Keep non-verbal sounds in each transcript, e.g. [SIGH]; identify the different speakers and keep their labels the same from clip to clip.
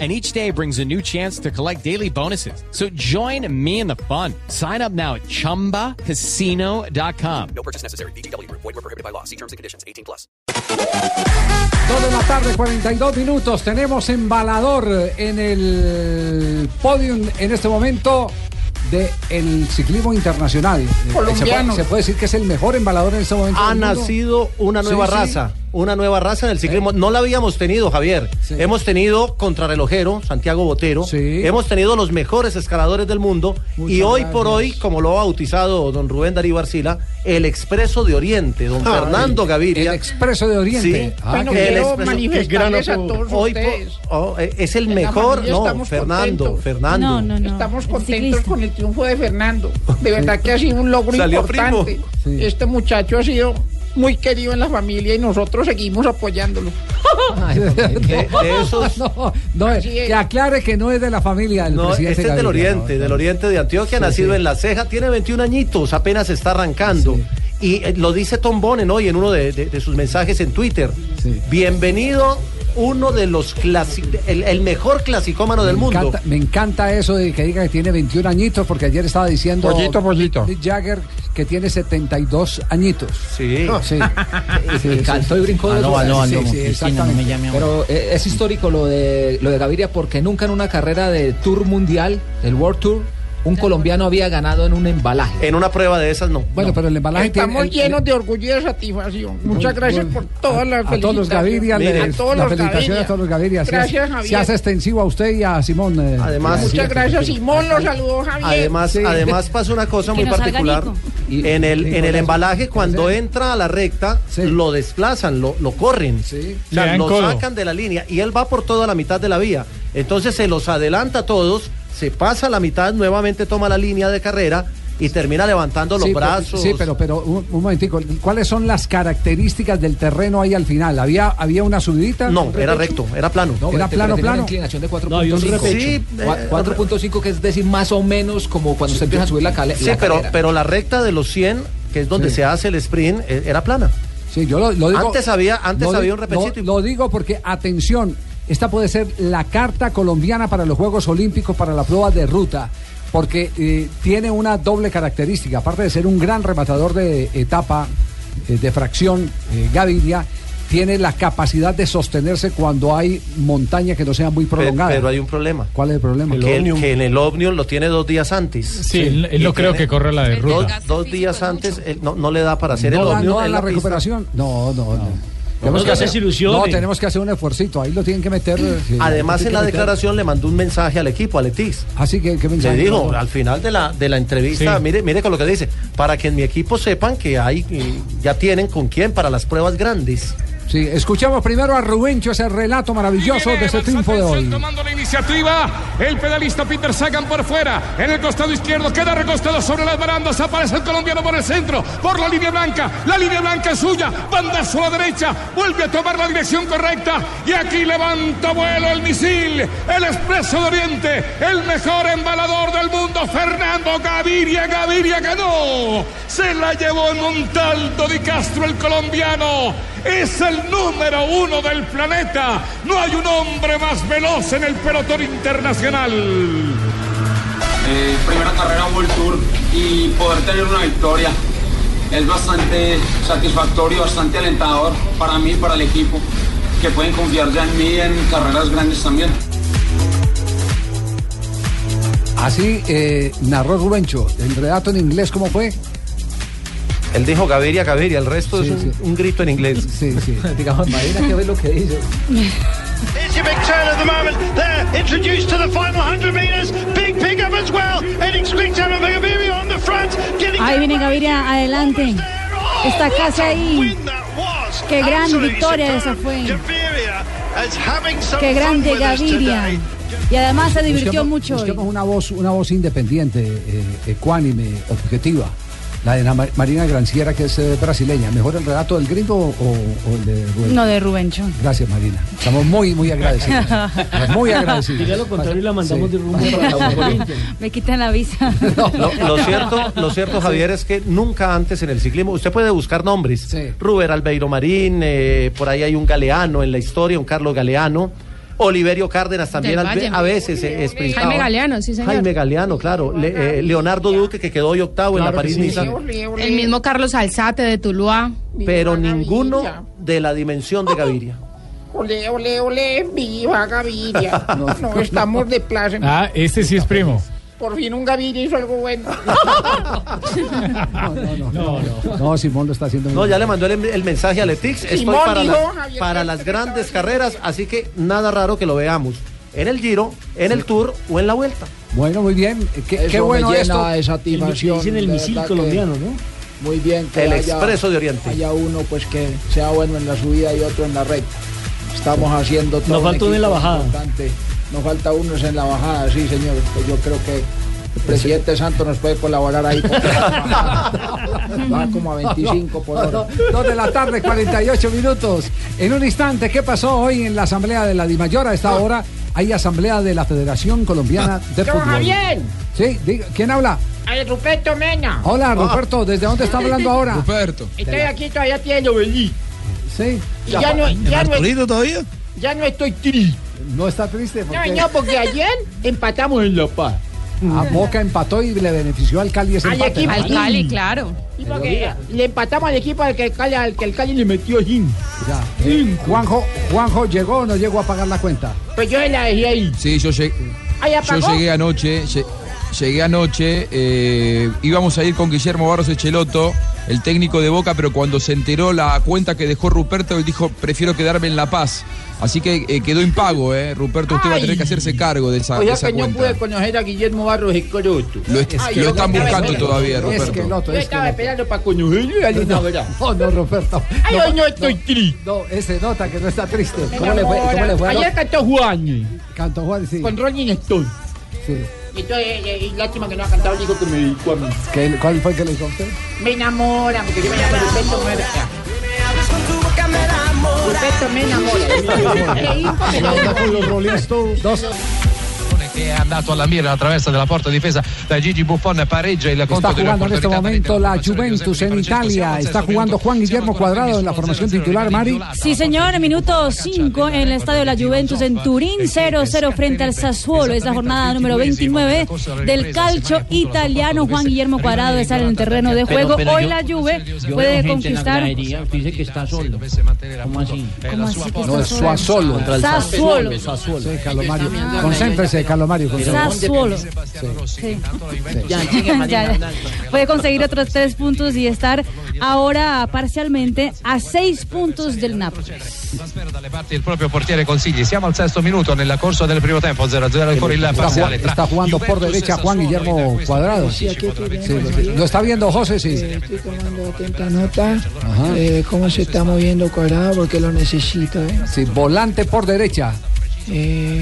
Speaker 1: and each day brings a new chance to collect daily bonuses. So join me in the fun. Sign up now at ChumbaCasino.com.
Speaker 2: No purchase necessary. BGW. Void were prohibited by law. See terms and conditions. 18 plus.
Speaker 3: Dos de la tarde, 42 minutos. Tenemos embalador en el podium en este momento del el ciclismo internacional. Eh, Se puede, se puede decir que es el mejor embalador en este momento.
Speaker 4: Ha
Speaker 3: del mundo.
Speaker 4: nacido una
Speaker 3: Sí,
Speaker 4: nueva
Speaker 3: sí. [LAUGHS]
Speaker 4: raza, una nueva raza en el ciclismo. No la habíamos tenido, Javier.
Speaker 3: Sí.
Speaker 4: Hemos tenido contrarrelojero, Santiago Botero.
Speaker 3: Sí.
Speaker 4: Hemos tenido los mejores escaladores del mundo.
Speaker 3: Muchas
Speaker 4: y hoy
Speaker 3: gracias.
Speaker 4: por hoy, como lo ha bautizado don Rubén Darío Arcila, el expreso de Oriente, don Fernando
Speaker 3: El
Speaker 4: Gaviria.
Speaker 3: expreso de Oriente.
Speaker 4: Sí.
Speaker 3: Ah,
Speaker 5: Bueno,
Speaker 3: qué-
Speaker 4: el
Speaker 5: quiero
Speaker 4: expreso-
Speaker 5: manifestarles a todos
Speaker 4: Hoy por-
Speaker 5: ustedes.
Speaker 4: oh, eh, es el
Speaker 5: En la
Speaker 4: mejor,
Speaker 5: mayoría
Speaker 4: no,
Speaker 5: estamos
Speaker 4: Fernando,
Speaker 5: contentos.
Speaker 4: Fernando.
Speaker 6: No, no, no.
Speaker 5: Estamos
Speaker 6: el
Speaker 5: contentos
Speaker 6: ciclista.
Speaker 5: con el triunfo de Fernando. De verdad que ha sido un logro importante.
Speaker 3: Sí.
Speaker 5: Este muchacho ha sido muy querido en la familia y nosotros seguimos apoyándolo.
Speaker 4: De, de esos,
Speaker 3: No, no, es-
Speaker 5: Así es.
Speaker 3: que aclare que no es de la familia del
Speaker 4: No, este
Speaker 3: presidente
Speaker 4: es del
Speaker 3: Gaviria,
Speaker 4: Oriente,
Speaker 3: no,
Speaker 4: del
Speaker 3: no.
Speaker 4: Oriente de Antioquia, nacido en La Ceja, tiene 21 añitos, apenas está arrancando.
Speaker 3: Sí.
Speaker 4: Y eh, lo dice Tom Bonen hoy en uno de, de- de sus mensajes en Twitter.
Speaker 3: Sí.
Speaker 4: Bienvenido, uno de los clasi- el, el mejor clasicómano del
Speaker 3: Me
Speaker 4: mundo.
Speaker 3: encanta, me encanta eso de que diga que tiene 21 añitos, porque ayer estaba diciendo
Speaker 5: Pollito, pollito.
Speaker 3: Mick Jagger que tiene 72 añitos.
Speaker 4: Sí.
Speaker 3: [LAUGHS] Sí.
Speaker 7: Y cantó y brincó
Speaker 4: Ah,
Speaker 7: de
Speaker 4: no,
Speaker 7: dos.
Speaker 4: ah, no, ah,
Speaker 3: Sí,
Speaker 4: no,
Speaker 3: sí,
Speaker 7: No
Speaker 3: exactamente.
Speaker 7: me llame ahora. Pero eh, es histórico lo de lo de Gaviria porque nunca en una carrera de tour mundial, del World Tour, un colombiano había ganado en un embalaje.
Speaker 4: En una prueba de esas no.
Speaker 3: Bueno, pero el embalaje
Speaker 5: Estamos
Speaker 3: tiene. el-
Speaker 5: llenos de orgullo y de satisfacción. Muchas gracias por todas las
Speaker 3: a todos los Gaviria,
Speaker 4: Mire,
Speaker 3: les-
Speaker 5: a todos
Speaker 3: la
Speaker 5: los
Speaker 3: felicitación
Speaker 5: Gaviria.
Speaker 3: a todos los Gaviria. Se
Speaker 5: Gracias,
Speaker 3: hace-
Speaker 5: Javier.
Speaker 3: Se hace extensivo a usted y a Simón. eh,
Speaker 4: Además-
Speaker 3: gracias.
Speaker 5: Muchas gracias, Simón. Los saludó Javier.
Speaker 4: Además, además pasa una cosa
Speaker 6: [LAUGHS] Que
Speaker 4: muy
Speaker 6: nos salga
Speaker 4: particular.
Speaker 6: Nico.
Speaker 4: Y- En el, en el embalaje, cuando entra a la recta,
Speaker 3: Sí.
Speaker 4: lo desplazan, lo, lo corren.
Speaker 3: Sí.
Speaker 4: O sea, lo sacan de la línea y él va por toda la mitad de la vía. Entonces se los adelanta a todos, se pasa a la mitad, nuevamente toma la línea de carrera y termina levantando los
Speaker 3: Sí, pero-
Speaker 4: brazos.
Speaker 3: sí, pero, pero un, un momentico. ¿Cuáles son las características del terreno ahí al final? ¿Había, había una subidita?
Speaker 4: No, era recto, era plano.
Speaker 3: No, Era
Speaker 7: este, Pero
Speaker 3: plano,
Speaker 7: tenía Una
Speaker 3: plano.
Speaker 7: inclinación de 4.5.
Speaker 4: Sí,
Speaker 7: Cua-
Speaker 4: eh,
Speaker 7: 4.5, que es decir, más o menos como cuando se empieza a subir la, cale,
Speaker 4: Sí,
Speaker 7: la
Speaker 4: pero,
Speaker 7: carrera.
Speaker 4: pero la recta de los 100, que es donde
Speaker 3: Sí.
Speaker 4: se hace el sprint, eh, era plana.
Speaker 3: Sí, yo lo, lo digo.
Speaker 4: Antes había- antes
Speaker 3: di-
Speaker 4: había un repechito.
Speaker 3: Lo, lo digo porque, atención, esta puede ser la carta colombiana para los Juegos Olímpicos para la prueba de ruta. Porque eh, tiene una doble característica. Aparte de ser un gran rematador de etapa, eh, de fracción, eh, Gaviria, tiene la capacidad de sostenerse cuando hay montaña que no sea muy
Speaker 4: Pe-
Speaker 3: prolongada.
Speaker 4: pero hay un problema.
Speaker 3: ¿Cuál es el problema?
Speaker 4: que, que en el Omnium lo tiene dos días antes.
Speaker 8: Sí, él, él
Speaker 4: Y
Speaker 8: no creo
Speaker 4: tiene
Speaker 8: que corra la de
Speaker 4: Dos,
Speaker 8: ruta.
Speaker 4: dos días antes él no, no le da para hacer
Speaker 3: no
Speaker 4: el
Speaker 3: da,
Speaker 4: Omnium
Speaker 3: no da
Speaker 4: en
Speaker 3: la
Speaker 4: pista.
Speaker 3: recuperación. No, no, no. Tenemos
Speaker 4: No, no haces
Speaker 3: hacer-
Speaker 8: ilusiones.
Speaker 3: No, tenemos que hacer un esfuercito. Ahí lo tienen que meter. eh, sí,
Speaker 4: Además,
Speaker 3: lo
Speaker 4: en
Speaker 3: tienen
Speaker 4: la
Speaker 3: que meter.
Speaker 4: declaración le mandó un mensaje al equipo, al Etis.
Speaker 3: Así que, ¿qué
Speaker 4: Le
Speaker 3: mensaje?
Speaker 4: dijo,
Speaker 3: No,
Speaker 4: al final de la, de la entrevista,
Speaker 8: Sí.
Speaker 4: mire, mire con lo que dice, para que en mi equipo sepan que hay, eh, ya tienen con quién para las pruebas grandes.
Speaker 3: Sí, escuchamos primero a Rubencho ese relato maravilloso de ese triunfo de hoy.
Speaker 9: Tomando la iniciativa, el pedalista Peter Sagan por fuera, en el costado izquierdo, queda recostado sobre las barandas, aparece el colombiano por el centro, por la línea blanca, la línea blanca es suya, bandazo a la derecha, vuelve a tomar la dirección correcta y aquí levanta vuelo el misil, el expreso de Oriente, el mejor embalador del mundo, Fernando Gaviria, Gaviria ganó, se la llevó en Montalto Di Castro el colombiano, es el número uno del planeta, no hay un hombre más veloz en el pelotón internacional.
Speaker 10: Eh, primera carrera World Tour y poder tener una victoria es bastante satisfactorio, bastante alentador para mí, para el equipo, que pueden confiar ya en mí en carreras grandes también.
Speaker 3: Así eh, narró Rubencho. El relato en inglés, ¿cómo fue?
Speaker 4: Él dijo Gaviria, Gaviria, el resto
Speaker 3: Sí,
Speaker 4: es un,
Speaker 3: sí.
Speaker 4: un grito en inglés.
Speaker 3: Sí,
Speaker 4: [LAUGHS]
Speaker 3: sí.
Speaker 7: Digamos, imagina que ve lo que dice.
Speaker 11: It's your big turn at the moment. They're introduced to the final 100 metres. Big pickup as well. Eddie Squinktown and Vigabiri on the front. Getting
Speaker 6: Ahí viene Gaviria, adelante. Está casi ahí. Qué gran victoria esa fue. Qué grande Gaviria. Y además se divirtió
Speaker 3: Busquemos-
Speaker 6: mucho hoy.
Speaker 3: busquemos una voz, una voz independiente, eh, ecuánime, objetiva. La de Ana Ma- Marina Granciera, que es eh, brasileña. ¿Mejor el relato del gringo o, o- o el de Rubén?
Speaker 6: No, de Rubencho.
Speaker 3: Gracias, Marina. Estamos muy, muy
Speaker 6: [LAUGHS]
Speaker 3: agradecidos. Muy agradecidos.
Speaker 10: Diga lo contrario y la mandamos de rumbo para la Corinthians.
Speaker 6: Me quitan la visa.
Speaker 4: Lo,
Speaker 3: [LAUGHS]
Speaker 4: lo cierto, lo cierto, Javier, es que nunca antes en el ciclismo, usted puede buscar nombres. Ruber Albeiro Marín, eh, por ahí hay un Galeano en la historia, un Carlos Galeano. Oliverio Cárdenas también
Speaker 12: Del
Speaker 4: al-
Speaker 12: Valle.
Speaker 4: a veces eh, sprintaba.
Speaker 12: Jaime Galeano, sí, señor.
Speaker 4: Jaime Galeano, claro. Le- eh, Leonardo Duque, que quedó hoy octavo en la París-Niza.
Speaker 12: El mismo Carlos Alzate de Tuluá.
Speaker 4: Pero ninguno de la dimensión de Gaviria.
Speaker 5: Ole, ole, ole,
Speaker 3: [LAUGHS]
Speaker 5: viva Gaviria. No, estamos de placer.
Speaker 13: Ah, este sí es primo.
Speaker 5: Por fin un Gaviria hizo algo bueno.
Speaker 3: [LAUGHS] No, no. No, Simón lo está
Speaker 6: [LAUGHS]
Speaker 3: haciendo muy
Speaker 4: No, ya
Speaker 3: bien.
Speaker 4: le mandó el, el mensaje a Letix. Estoy
Speaker 3: Simón
Speaker 4: para,
Speaker 3: dijo,
Speaker 4: la-
Speaker 3: Javier
Speaker 4: para las grandes carreras, así que nada raro que lo veamos en el Giro, en el Tour o en la Vuelta.
Speaker 3: Bueno, muy bien. Qué,
Speaker 4: Eso
Speaker 3: qué bueno
Speaker 4: me llena
Speaker 3: esto.
Speaker 4: de satisfacción, Dicen el de misil verdad que- colombiano,
Speaker 3: ¿no?
Speaker 10: Muy bien. que
Speaker 4: El
Speaker 10: haya-
Speaker 4: Expreso de Oriente.
Speaker 10: Haya uno pues que sea bueno en la subida y otro en la recta. Estamos haciendo todo.
Speaker 13: Nos falta uno en la
Speaker 10: equipo
Speaker 13: bajada.
Speaker 10: importante. Nos falta uno es en la bajada, sí, señor. Pues yo creo que el presidente Santos nos puede colaborar ahí. porque Va como a 25 por hora.
Speaker 3: Dos de la tarde, 48 minutos. En un instante, ¿qué pasó hoy en la asamblea de la Dimayor? A
Speaker 5: Ah.
Speaker 3: esta hora hay asamblea de la Federación Colombiana de
Speaker 5: Don
Speaker 3: Fútbol.
Speaker 5: Ah. Javier,
Speaker 3: Sí, diga, ¿quién habla?
Speaker 5: ay, Ruperto Mena.
Speaker 3: Hola, Ruperto, ¿desde dónde está hablando ahora? Ruperto.
Speaker 5: Estoy aquí todavía tiene Obelisco.
Speaker 3: Sí.
Speaker 5: Y ya no- ya no- ¿Arturito
Speaker 3: todavía?
Speaker 5: Ya no estoy triste.
Speaker 3: No está triste. ¿por
Speaker 5: No,
Speaker 3: qué?
Speaker 5: no, porque ayer empatamos en La Paz. Mm.
Speaker 3: A Boca empató y le benefició al Cali ese
Speaker 5: Al
Speaker 3: empate.
Speaker 5: equipo. Al Cali,
Speaker 12: claro.
Speaker 5: Y porque le empatamos al equipo al que el Cali, al que el Cali le metió Jim.
Speaker 3: Ya. Eh, Juanjo, Juanjo llegó o no llegó a pagar la cuenta.
Speaker 5: Pues yo se la dejé ahí.
Speaker 14: Sí, yo llegué,
Speaker 5: Ahí apagó.
Speaker 14: yo llegué anoche, lle- llegué anoche, eh, íbamos a ir con Guillermo Barros Echeloto, el técnico de Boca, pero cuando se enteró la cuenta que dejó Ruperto, él dijo, prefiero quedarme en La Paz. Así que eh, quedó impago, eh. Ruperto, usted va a tener que hacerse cargo de esa,
Speaker 5: O
Speaker 14: de
Speaker 5: sea
Speaker 14: esa
Speaker 5: Pues que no
Speaker 14: cuenta.
Speaker 5: pude conocer a Guillermo Barros Escoroto.
Speaker 14: Lo est-
Speaker 3: Ah,
Speaker 5: Ay,
Speaker 14: lo
Speaker 5: yo
Speaker 14: están
Speaker 5: estaba
Speaker 14: buscando
Speaker 5: esperando.
Speaker 14: todavía,
Speaker 5: Yo
Speaker 14: Roberto.
Speaker 5: estaba- Yo estaba
Speaker 3: Esqueloto.
Speaker 5: esperando para conocerlo y alguna verdad.
Speaker 3: No, no, Roberto.
Speaker 5: Ay,
Speaker 3: No,
Speaker 5: hoy no estoy triste.
Speaker 3: No, ese nota que no está triste.
Speaker 5: Ayer cantó Juan.
Speaker 3: Cantó Juan, sí.
Speaker 5: Con Ronnie Nestor.
Speaker 3: Sí.
Speaker 5: Entonces, eh, y lástima que no ha cantado el hijo que me dedicó a mí.
Speaker 3: ¿Qué- ¿Cuál fue el que le conté?
Speaker 5: Me enamora, porque yo me llamo Ruperto Mena. Ruperto me enamora.
Speaker 15: che è andato alla mira attraverso della porta difesa da Gigi Buffon pareggia il conto
Speaker 3: Está
Speaker 15: di una
Speaker 3: jugando en este
Speaker 15: opportunità di
Speaker 3: momento la Juventus en Italia. Está jugando Juan Guillermo Cuadrado en la formación titular, Mari.
Speaker 6: Sí, señor, minuto 5 en el estadio de la Juventus en Turín, 0-0 frente al Sassuolo. Es la jornada número 29 del calcio italiano. Juan Guillermo Cuadrado está en el terreno de Este juego.
Speaker 16: Pero- pero
Speaker 6: Hoy
Speaker 16: yo-
Speaker 6: la Juve
Speaker 16: Yo veo
Speaker 6: puede
Speaker 16: gente
Speaker 6: conquistar.
Speaker 16: En la gradería, usted dice que está solo. ¿Cómo así?
Speaker 6: ¿Cómo así que
Speaker 3: No, es
Speaker 6: está solo?
Speaker 3: Suazolo.
Speaker 16: Contra el
Speaker 6: Sassuolo.
Speaker 3: Sassuolo. Sí, Carlos Mario. Concéntrese, Carlos Mario. concéntrese.
Speaker 6: Sassuolo. Sí.
Speaker 3: Ya,
Speaker 6: [LAUGHS] Ya, ya. Puede conseguir otros tres puntos y estar ahora parcialmente a seis puntos del Nápoles.
Speaker 15: dalle parti il proprio portiere consigli siamo al sesto minuto nella corsa del primo tempo 0-0 ancora il
Speaker 3: Está, ju-
Speaker 15: parziale tra
Speaker 3: está jugando por derecha Juan Guillermo Cuadrado. Sí, lo- lo está viendo José, sí.
Speaker 10: Estoy tomando atenta nota eh, cómo se está moviendo Cuadrado porque lo necesito. eh.
Speaker 3: Sí, volante por derecha.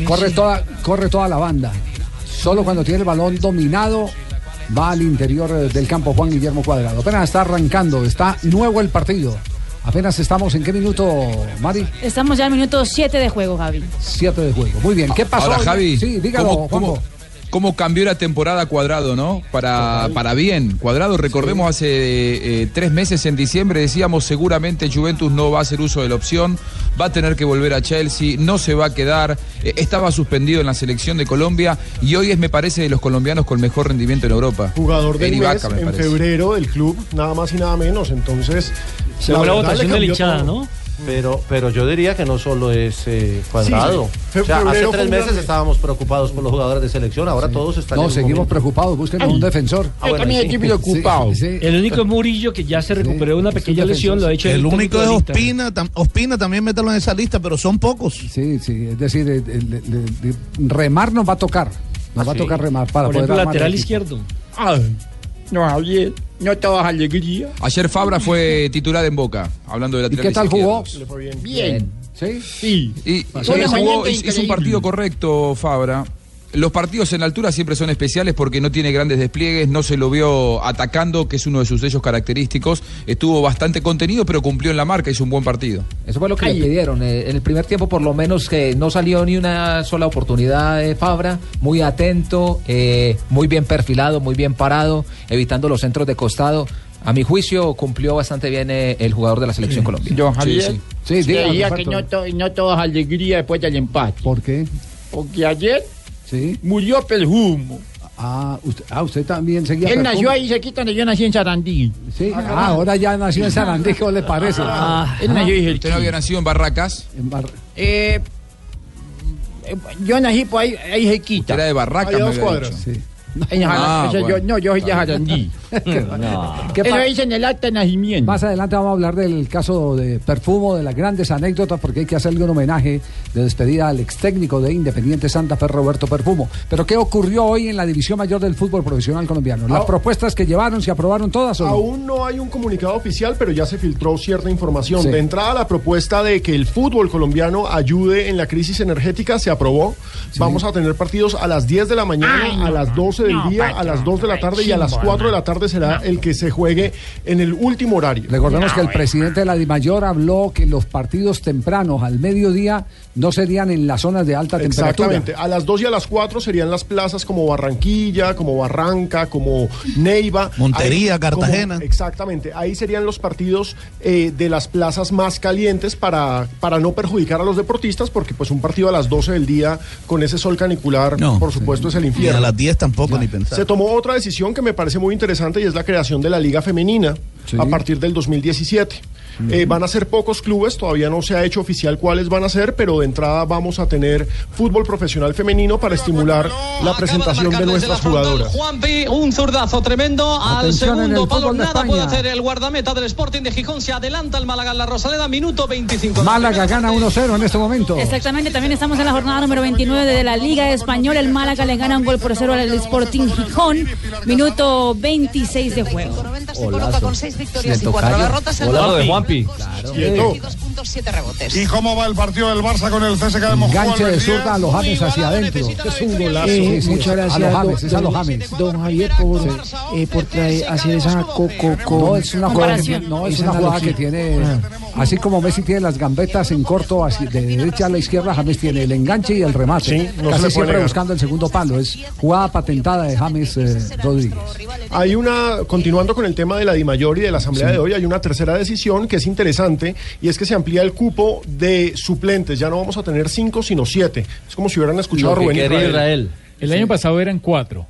Speaker 3: Corre toda, corre toda la banda. Solo cuando tiene el balón dominado va al interior eh, del campo Juan Guillermo Cuadrado. Apenas está arrancando, está nuevo el partido. Apenas estamos en qué minuto, Mari?
Speaker 6: Estamos ya al minuto 7 de juego, Javi.
Speaker 3: 7 de juego. Muy bien, ¿qué pasó?
Speaker 14: Ahora, Javi,
Speaker 3: sí, dígalo,
Speaker 14: ¿cómo- cómo-
Speaker 3: Juanjo.
Speaker 14: ¿Cómo cambió la temporada Cuadrado, no? Para, para bien. Cuadrado, recordemos, hace eh, tres meses en diciembre decíamos seguramente Juventus no va a hacer uso de la opción, va a tener que volver a Chelsea, no se va a quedar, eh, estaba suspendido en la selección de Colombia y hoy es, me parece, de los colombianos con mejor rendimiento en Europa.
Speaker 17: jugador del
Speaker 14: Eri
Speaker 17: mes
Speaker 14: Vaca, me
Speaker 17: en
Speaker 14: parece.
Speaker 17: febrero del club, nada más y nada menos. Entonces,
Speaker 4: Según la
Speaker 17: verdad,
Speaker 4: votación
Speaker 17: le
Speaker 4: de la
Speaker 17: cambió
Speaker 4: hinchada,
Speaker 17: todo.
Speaker 4: ¿no? Pero, pero yo diría que no solo es eh, cuadrado.
Speaker 17: Sí, fe-
Speaker 4: O sea, hace
Speaker 17: febrero fue
Speaker 4: tres
Speaker 17: un
Speaker 4: meses
Speaker 17: gran-
Speaker 4: estábamos preocupados por los jugadores de selección, ahora todos están
Speaker 3: No,
Speaker 4: en un
Speaker 3: seguimos
Speaker 4: momento.
Speaker 3: preocupados, busquen un defensor.
Speaker 4: Ah, bueno, también sí. estoy preocupado.
Speaker 13: El único es Murillo que ya se recuperó de una pequeña lesión, lo ha hecho
Speaker 18: el único
Speaker 13: técnico
Speaker 18: es
Speaker 13: del Inter.
Speaker 18: Ospina, tam- Ospina también métalo en esa lista, pero son pocos.
Speaker 3: Sí, sí, es decir, eh, eh, le- le- le- remar nos va a tocar. Nos va a tocar remar para
Speaker 13: Ah, Por
Speaker 3: poder
Speaker 13: ejemplo,
Speaker 3: armar el
Speaker 13: lateral
Speaker 3: equipo.
Speaker 13: izquierdo. Ah.
Speaker 5: Ay, no, Javier, no todas alegría.
Speaker 14: Ayer Fabra fue titular en Boca, hablando de la
Speaker 5: Bien.
Speaker 3: ¿Sí?
Speaker 5: Sí.
Speaker 14: Y, y-
Speaker 5: Con
Speaker 14: sí,
Speaker 5: la
Speaker 14: jugó-
Speaker 5: mañana
Speaker 14: hizo un
Speaker 5: increíble.
Speaker 14: partido correcto Fabra. Los partidos en altura siempre son especiales porque no tiene grandes despliegues, no se lo vio atacando, que es uno de sus sellos característicos. Estuvo bastante contenido, pero cumplió en la marca, hizo un buen partido.
Speaker 7: Eso fue lo que le pidieron. eh, en el primer tiempo, por lo menos, que no salió ni una sola oportunidad de Fabra. Muy atento, eh, muy bien perfilado, muy bien parado, evitando los centros de costado. A mi juicio, cumplió bastante bien eh, el jugador de la selección colombiana.
Speaker 19: Yo, Javier,
Speaker 7: Sí,
Speaker 19: sí. creía que no, to- no todas alegría después del empate.
Speaker 3: ¿Por qué?
Speaker 19: Porque ayer murió Perfumo.
Speaker 3: Ah, usted, ah, usted también seguía.
Speaker 19: Él
Speaker 3: Perfumo.
Speaker 19: nació ahí cerquita donde yo nací en Sarandí.
Speaker 3: Sí, ah, ahora ya nació en Sarandí, ¿qué le parece?
Speaker 19: Ah, él nació ahí
Speaker 14: ¿Usted no había nacido en Barracas?
Speaker 3: En
Speaker 19: Eh, eh, yo nací por ahí, ahí cerquita.
Speaker 14: Era de Barracas,
Speaker 19: Hay
Speaker 14: me
Speaker 19: dos
Speaker 14: había
Speaker 19: cuadras.
Speaker 14: dicho.
Speaker 19: En Jala-
Speaker 14: Ah,
Speaker 19: ese
Speaker 14: bueno.
Speaker 19: yo- no, yo soy de Sarandí.
Speaker 3: [LAUGHS] ¿Qué
Speaker 19: Eso
Speaker 3: pa-
Speaker 19: dice en el acta de nacimiento.
Speaker 3: Más adelante vamos a hablar del caso de Perfumo, de las grandes anécdotas, porque hay que hacerle un homenaje de despedida al ex técnico de Independiente Santa Fe, Roberto Perfumo. Pero ¿qué ocurrió hoy en la división mayor del fútbol profesional colombiano? ¿Las
Speaker 17: Ah.
Speaker 3: propuestas que llevaron se aprobaron todas o no?
Speaker 17: Aún no hay un comunicado oficial, pero ya se filtró cierta información.
Speaker 3: Sí.
Speaker 17: De entrada, la propuesta de que el fútbol colombiano ayude en la crisis energética se aprobó. Vamos a tener partidos a las 10 de la mañana, a las 12 del día, a las 2 de la tarde y a las 4 de la tarde será el que se juegue en el último horario.
Speaker 3: Recordemos
Speaker 19: Ah,
Speaker 3: que el presidente de la Dimayor habló que los partidos tempranos al mediodía no serían en las zonas de alta temperatura.
Speaker 17: Exactamente. A las 2 y a las 4 serían las plazas como Barranquilla, como Barranca, como Neiva.
Speaker 18: Montería, Cartagena.
Speaker 17: como- exactamente. Ahí serían los partidos eh, de las plazas más calientes para, para no perjudicar a los deportistas, porque pues un partido a las 12 del día con ese sol canicular,
Speaker 18: No.
Speaker 17: por supuesto, es el
Speaker 18: Y a
Speaker 17: infierno.
Speaker 18: las 10 tampoco, ni pensar.
Speaker 17: Se tomó otra decisión que me parece muy interesante y es la creación de la Liga Femenina a partir del 2017. Eh, van a ser pocos clubes, todavía no se ha hecho oficial cuáles van a ser, pero de entrada vamos a tener fútbol profesional femenino para estimular la presentación de
Speaker 3: Pues
Speaker 17: nuestras jugadoras.
Speaker 20: Juanpi, un zurdazo tremendo al
Speaker 17: Atención en
Speaker 20: segundo
Speaker 17: el
Speaker 20: palo.
Speaker 17: fútbol de
Speaker 20: Nada
Speaker 17: España.
Speaker 20: puede hacer el guardameta del Sporting de Gijón. Se adelanta el Málaga en la Rosaleda, minuto 25.
Speaker 3: Málaga gana 1-0 en este momento.
Speaker 6: Exactamente, también estamos en la jornada número 29 de la Liga Española. El Málaga le gana un gol por cero al Sporting Gijón. Minuto 26 de juego.
Speaker 11: Se coloca con seis victorias
Speaker 6: Sí,
Speaker 11: y
Speaker 6: el
Speaker 11: cuatro
Speaker 6: tocayo.
Speaker 11: derrotas. El
Speaker 6: Golazo
Speaker 11: Barça
Speaker 6: de
Speaker 11: con
Speaker 6: Juanpi.
Speaker 11: Claro. 22.7 rebotes.
Speaker 21: ¿Y cómo va el partido del Barça con el CSKA de Moscú?
Speaker 3: Ganche de
Speaker 21: Almería?
Speaker 3: zurda a los James hacia adentro.
Speaker 21: Es un golazo.
Speaker 3: Sí, sí,
Speaker 21: Muchas
Speaker 3: A los
Speaker 21: gracias,
Speaker 3: James, es a los
Speaker 21: don-
Speaker 3: James.
Speaker 21: Don Javier por, eh, por traer, hacer esa coco con
Speaker 3: No, es una jugada, que, no, es una jugada que tiene. Así como Messi tiene las gambetas en corto, así de derecha a la izquierda, James tiene el enganche y el remate.
Speaker 17: Sí, no se le
Speaker 3: Casi
Speaker 17: puede
Speaker 3: siempre
Speaker 17: negar.
Speaker 3: buscando el segundo palo. Es jugada patentada de James eh, Rodríguez.
Speaker 17: Hay una, continuando con el tema de la Dimayor y de la Asamblea
Speaker 3: Sí.
Speaker 17: de hoy, hay una tercera decisión que es interesante y es que se amplía el cupo de suplentes. Ya no vamos a tener cinco, sino siete. Es como si hubieran escuchado a Rubén
Speaker 22: El año pasado eran cuatro.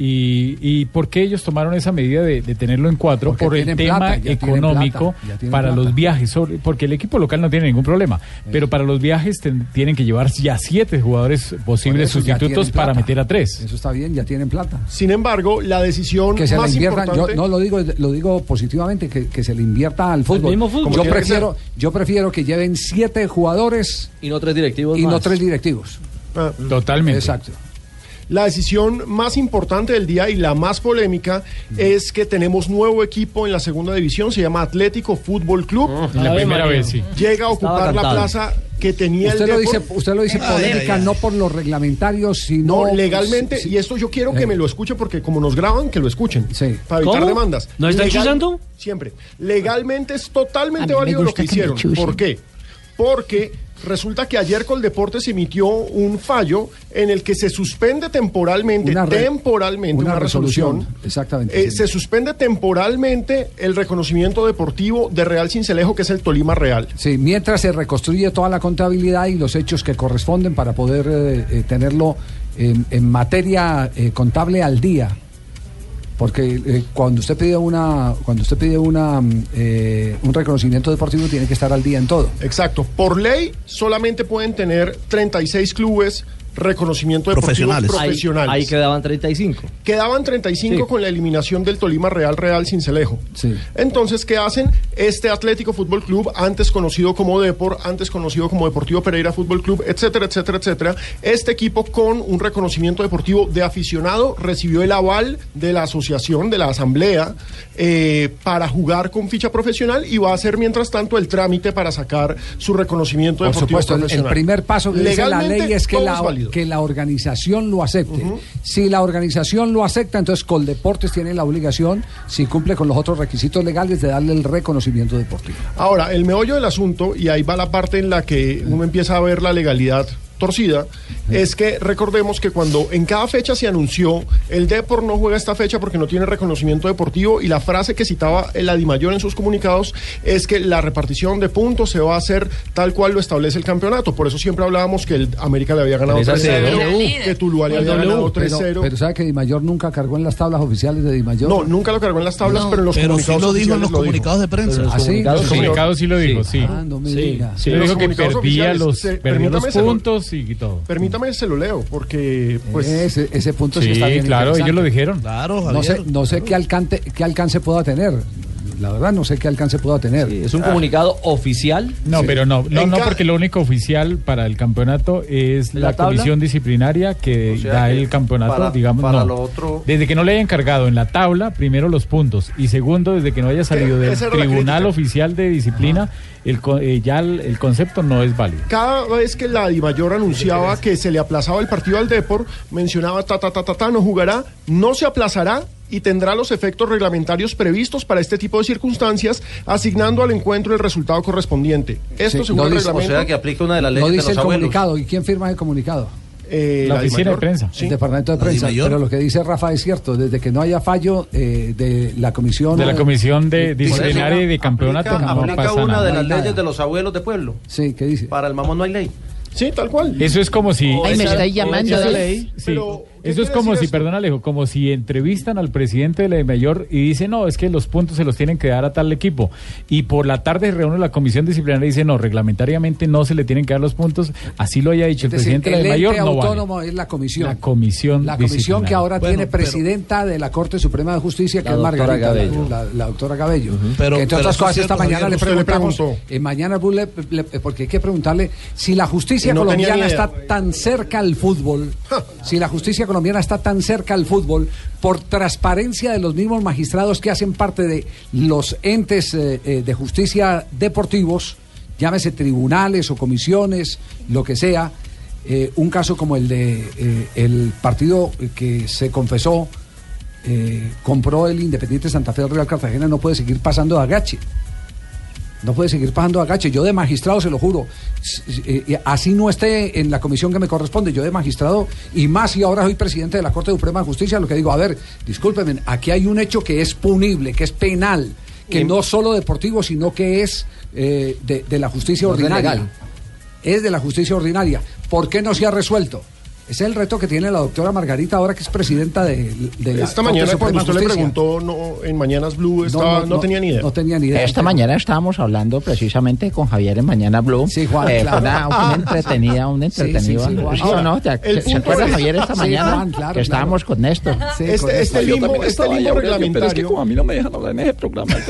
Speaker 22: Y, y por qué ellos tomaron esa medida de, de tenerlo en cuatro?
Speaker 3: Porque
Speaker 22: por el
Speaker 3: tienen
Speaker 22: tema
Speaker 3: plata, ya tienen
Speaker 22: económico
Speaker 3: plata, ya tienen
Speaker 22: para
Speaker 3: plata.
Speaker 22: los viajes, sobre- porque el equipo local no tiene ningún problema, pero para los viajes ten- tienen que llevar ya siete jugadores posibles
Speaker 3: eso ya
Speaker 22: sustitutos
Speaker 3: tienen
Speaker 22: para
Speaker 3: plata.
Speaker 22: meter a tres.
Speaker 3: Eso está bien, ya tienen plata.
Speaker 17: Sin embargo, la decisión
Speaker 3: Que se le
Speaker 17: más
Speaker 3: inviertan, yo
Speaker 17: importante...
Speaker 3: no lo digo, lo digo positivamente, que, que se le invierta al fútbol.
Speaker 17: mismo fútbol. Como
Speaker 3: Yo
Speaker 17: tiene que
Speaker 3: prefiero, yo prefiero que lleven siete jugadores
Speaker 23: Y no tres directivos
Speaker 3: y no
Speaker 23: más.
Speaker 3: tres directivos.
Speaker 22: Totalmente.
Speaker 3: Exacto.
Speaker 17: Ah, mm. La decisión más importante del día y la más polémica es que tenemos nuevo equipo en la segunda división, se llama Atlético Fútbol Club.
Speaker 22: Oh, la Ave primera María. vez, sí.
Speaker 17: Llega a ocupar la
Speaker 3: cantado.
Speaker 17: plaza que tenía
Speaker 3: Usted
Speaker 17: el
Speaker 3: lo,
Speaker 17: Depor-
Speaker 3: dice, usted lo dice polémica, no por los reglamentarios, sino pues,
Speaker 17: No, legalmente,
Speaker 3: Sí, Eh.
Speaker 17: y esto yo quiero que me lo escuche porque como nos graban, que lo escuchen. Para evitar
Speaker 3: ¿Cómo?
Speaker 17: demandas.
Speaker 3: ¿Nos están chuzando?
Speaker 17: Siempre. Legalmente es totalmente
Speaker 21: A mí me
Speaker 17: válido lo
Speaker 21: gusta
Speaker 17: que
Speaker 21: que me
Speaker 17: hicieron.
Speaker 21: chusen.
Speaker 17: ¿Por qué? Porque resulta que ayer Coldeportes emitió un fallo en el que se suspende temporalmente,
Speaker 3: Una re-
Speaker 17: temporalmente, una, resolución
Speaker 3: Exactamente.
Speaker 17: eh, se suspende temporalmente el reconocimiento deportivo de Real Cincelejo, que es el Tolima Real.
Speaker 3: Sí, mientras se reconstruye toda la contabilidad y los hechos que corresponden para poder eh, eh, tenerlo en, en materia eh, contable al día. Porque eh, cuando usted pide una, cuando usted pide una mm, eh, un reconocimiento deportivo tiene que estar al día en todo.
Speaker 17: Exacto. Por ley, solamente pueden tener 36 clubes reconocimiento deportivo profesionales.
Speaker 23: Ahí, ahí quedaban 35.
Speaker 17: Quedaban 35
Speaker 23: Sí.
Speaker 17: con la eliminación del Tolima Real Real Cincelejo. Entonces, ¿qué hacen? Este Atlético Fútbol Club, antes conocido como Depor, antes conocido como Deportivo Pereira Fútbol Club, etcétera, etcétera, etcétera, este equipo con un reconocimiento deportivo de aficionado recibió el aval de la asociación, de la asamblea, eh, para jugar con ficha profesional y va a hacer mientras tanto el trámite para sacar su reconocimiento
Speaker 3: Por
Speaker 17: deportivo
Speaker 3: supuesto, el- el
Speaker 17: profesional.
Speaker 3: primer paso que dice la
Speaker 17: Legalmente,
Speaker 3: ley es que
Speaker 17: todo
Speaker 3: la,
Speaker 17: válido.
Speaker 3: que, que la organización lo acepte. Si la organización lo acepta, entonces Coldeportes tiene la obligación, si cumple con los otros requisitos legales, de darle el reconocimiento deportivo.
Speaker 17: Ahora, el meollo del asunto, y ahí va la parte en la que uno empieza a ver la legalidad torcida, es que recordemos que cuando en cada fecha se anunció, el Depor no juega esta fecha porque no tiene reconocimiento deportivo, y la frase que citaba el Adimayor en sus comunicados es que la repartición de puntos se va a hacer tal cual lo establece el campeonato. Por eso siempre hablábamos que el América le había ganado 3-0, que Tuluá le había ganado 3-0.
Speaker 3: Pero, pero sabe que Di Mayor nunca cargó en las tablas oficiales de Di Mayor.
Speaker 17: No, nunca lo cargó en las tablas,
Speaker 3: No,
Speaker 17: pero en los
Speaker 3: pero sí
Speaker 17: comunicados
Speaker 3: lo dijo en
Speaker 17: oficiales
Speaker 3: los comunicados de prensa.
Speaker 17: Pero en los
Speaker 3: ¿Ah, sí?
Speaker 17: comunicados,
Speaker 3: Los
Speaker 17: señor.
Speaker 22: comunicados sí lo dijo, sí.
Speaker 3: Ah, no me diga.
Speaker 22: Sí,
Speaker 17: En
Speaker 22: lo
Speaker 17: los
Speaker 22: dijo que
Speaker 17: comunicados
Speaker 22: perdía
Speaker 17: oficiales, eh,
Speaker 22: los,
Speaker 17: se-
Speaker 22: perdía los
Speaker 17: este, permítame, se lo-
Speaker 22: puntos y todo.
Speaker 17: Permítame, se lo leo, porque pues...
Speaker 3: Ese, ese punto sí,
Speaker 22: Sí,
Speaker 3: está bien.
Speaker 22: claro,
Speaker 3: interesante.
Speaker 22: ellos lo dijeron.
Speaker 17: Claro,
Speaker 3: No
Speaker 22: Javier,
Speaker 3: sé, no sé qué, alcance, qué alcance pueda tener. La verdad, no sé qué alcance pueda tener.
Speaker 23: Es un comunicado oficial.
Speaker 22: No,
Speaker 23: Sí.
Speaker 22: pero no, no,
Speaker 23: En
Speaker 22: no,
Speaker 23: ca-
Speaker 22: porque lo único oficial para el campeonato es
Speaker 23: ¿La
Speaker 22: la,
Speaker 23: tabla?
Speaker 22: comisión disciplinaria que
Speaker 23: O sea,
Speaker 22: da
Speaker 23: que
Speaker 22: el campeonato,
Speaker 23: para-
Speaker 22: digamos.
Speaker 23: para
Speaker 22: no.
Speaker 23: lo otro-
Speaker 22: Desde que no le hayan cargado en la tabla, primero los puntos, y segundo, desde que no haya salido del
Speaker 17: esa era la
Speaker 22: Tribunal
Speaker 17: crítica.
Speaker 22: Oficial de Disciplina, el, co- eh, ya el, el concepto no es válido.
Speaker 17: Cada vez que la Dimayor anunciaba que se le aplazaba el partido al Depor, mencionaba ta ta ta ta ta, no jugará, no se aplazará y tendrá los efectos reglamentarios previstos para este tipo de circunstancias, asignando al encuentro el resultado correspondiente. Esto
Speaker 3: Sí,
Speaker 17: según
Speaker 3: no
Speaker 17: el
Speaker 3: dice-
Speaker 17: reglamento.
Speaker 3: o sea que
Speaker 4: aplica una de las
Speaker 3: no
Speaker 4: leyes de
Speaker 3: dice
Speaker 4: los
Speaker 3: el
Speaker 4: abuelos.
Speaker 3: comunicado. ¿Y quién firma el comunicado?
Speaker 17: Eh, la
Speaker 22: oficina de prensa.
Speaker 3: El departamento de
Speaker 22: La
Speaker 3: prensa.
Speaker 22: Dimayor.
Speaker 3: Pero lo que dice Rafa es cierto. Desde que no haya fallo eh, de la comisión.
Speaker 22: De la comisión de
Speaker 3: Por eso,
Speaker 22: disciplinaria y de campeonato
Speaker 3: aplica-
Speaker 22: no
Speaker 3: aplica
Speaker 22: pasa
Speaker 3: una
Speaker 22: nada.
Speaker 4: Una de
Speaker 3: No
Speaker 4: las
Speaker 3: hay nada.
Speaker 4: leyes de los abuelos de pueblo.
Speaker 3: Sí, ¿qué dice?
Speaker 4: Para el mamón no hay ley.
Speaker 17: Sí, tal cual.
Speaker 22: Eso es como si.
Speaker 4: Ay, me
Speaker 22: esa-
Speaker 4: estáis llamando,
Speaker 22: esa
Speaker 4: ¿eh?
Speaker 22: ley, sí.
Speaker 4: Pero, ¿qué
Speaker 22: Eso es
Speaker 4: quiere
Speaker 22: como
Speaker 4: decir
Speaker 22: si,
Speaker 4: eso?
Speaker 22: perdón Alejo, como si entrevistan al presidente de la de mayor y dice, no, es que los puntos se los tienen que dar a tal equipo. Y por la tarde se reúne la comisión disciplinaria y dice, no, reglamentariamente no se le tienen que dar los puntos. Así lo haya dicho el
Speaker 3: Es decir,
Speaker 22: presidente de la de
Speaker 3: el
Speaker 22: mayor,
Speaker 3: ente
Speaker 22: no vale.
Speaker 3: autónomo es la comisión.
Speaker 22: La comisión.
Speaker 3: La comisión que
Speaker 22: disciplinaria.
Speaker 3: ahora tiene presidenta de la Corte Suprema de Justicia, que
Speaker 22: La
Speaker 3: es
Speaker 22: doctora
Speaker 3: Margarita, la-
Speaker 22: Cabello.
Speaker 3: la, la doctora Cabello.
Speaker 18: Pero-
Speaker 3: Que entre
Speaker 18: pero
Speaker 3: otras
Speaker 18: eso es
Speaker 3: cosas, esta
Speaker 18: cierto,
Speaker 3: mañana
Speaker 18: Javier,
Speaker 3: le
Speaker 18: usted le
Speaker 3: preguntamos, eh, mañana Blue le- le- eh, porque hay que preguntarle, si la justicia
Speaker 17: Y no tenía
Speaker 3: colombiana
Speaker 17: ni idea.
Speaker 3: está tan cerca al
Speaker 17: [LAUGHS]
Speaker 3: fútbol, si la justicia colombiana está tan cerca al fútbol, por transparencia de los mismos magistrados que hacen parte de los entes eh, eh, de justicia deportivos, llámese tribunales o comisiones, lo que sea, eh, un caso como el de eh, el partido que se confesó eh, compró el Independiente Santa Fe al Real Cartagena no puede seguir pasando a Gachi. No puede seguir pasando a Gachi. Yo de magistrado se lo juro. s- s- eh, eh, así no esté en la comisión que me corresponde. Yo de magistrado, y más si ahora soy presidente de la Corte Suprema de Justicia, lo que digo, a ver, discúlpenme, aquí hay un hecho que es punible, que es penal, que
Speaker 4: Y-
Speaker 3: no solo deportivo, sino que es eh, de, de la justicia
Speaker 7: Orden
Speaker 3: ordinaria
Speaker 7: legal.
Speaker 3: es de la justicia ordinaria. ¿Por qué no se ha resuelto? Ese es el reto que tiene la doctora Margarita ahora que es presidenta de, de la
Speaker 17: Esta
Speaker 3: Corte
Speaker 17: mañana
Speaker 3: Suprema
Speaker 17: cuando
Speaker 3: de
Speaker 17: usted le
Speaker 3: Justicia.
Speaker 17: preguntó no, en Mañanas Blue, estaba, no, tenía ni idea.
Speaker 3: No tenía ni idea.
Speaker 19: Esta mañana estábamos hablando precisamente con Javier en Mañana Blue. Sí,
Speaker 3: Juan, claro.
Speaker 19: una, una entretenida, una
Speaker 3: Sí, sí,
Speaker 19: entretenida.
Speaker 3: sí, Juan.
Speaker 19: No, no, ¿te,
Speaker 17: El
Speaker 19: ¿se
Speaker 17: punto
Speaker 19: acuerda
Speaker 17: es-
Speaker 19: Javier esta
Speaker 17: Sí,
Speaker 19: mañana?
Speaker 17: Juan, claro,
Speaker 19: que
Speaker 17: claro.
Speaker 19: estábamos con Néstor.
Speaker 17: Este, este limbo, este limbo reglamentario.
Speaker 10: mí no me dejan hablar en ese programa.
Speaker 3: [LAUGHS]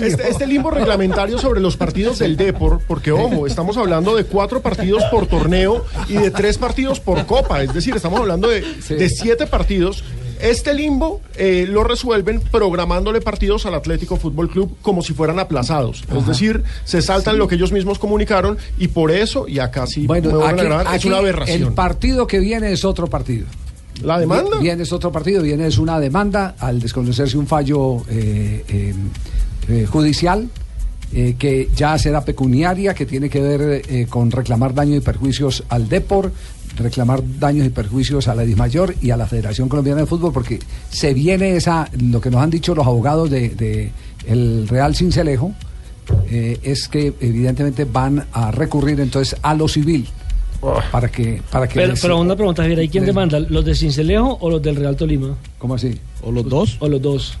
Speaker 17: Este, este limbo reglamentario sobre los partidos del Depor, porque ojo, estamos hablando de cuatro partidos por torneo y de tres partidos por copa, es decir, estamos hablando de, de siete partidos. Este limbo eh, lo resuelven programándole partidos al Atlético Fútbol Club como si fueran aplazados. Es decir, se saltan lo que ellos mismos comunicaron y por eso, y acá sí me
Speaker 3: Bueno,
Speaker 17: vuelven a
Speaker 3: aquí-
Speaker 17: grabar, es
Speaker 3: aquí
Speaker 17: una
Speaker 3: El
Speaker 17: aberración.
Speaker 3: partido que viene es otro partido.
Speaker 17: ¿La demanda?
Speaker 3: Viene es otro partido, viene es una demanda al desconocerse un fallo eh, eh, eh, judicial eh, que ya será pecuniaria, que tiene que ver eh, con reclamar daños y perjuicios al Depor, reclamar daños y perjuicios a la Dismayor y a la Federación Colombiana de Fútbol, porque se viene esa, lo que nos han dicho los abogados de, de el Real Cincelejo, eh, es que evidentemente van a recurrir entonces a lo civil para que para que
Speaker 13: Oh. Pero,
Speaker 3: les-
Speaker 13: pero una pregunta, Javier, ¿y quién demanda? ¿Los de Cincelejo o los del Real Tolima?
Speaker 3: ¿Cómo así?
Speaker 13: ¿O los dos? O los dos.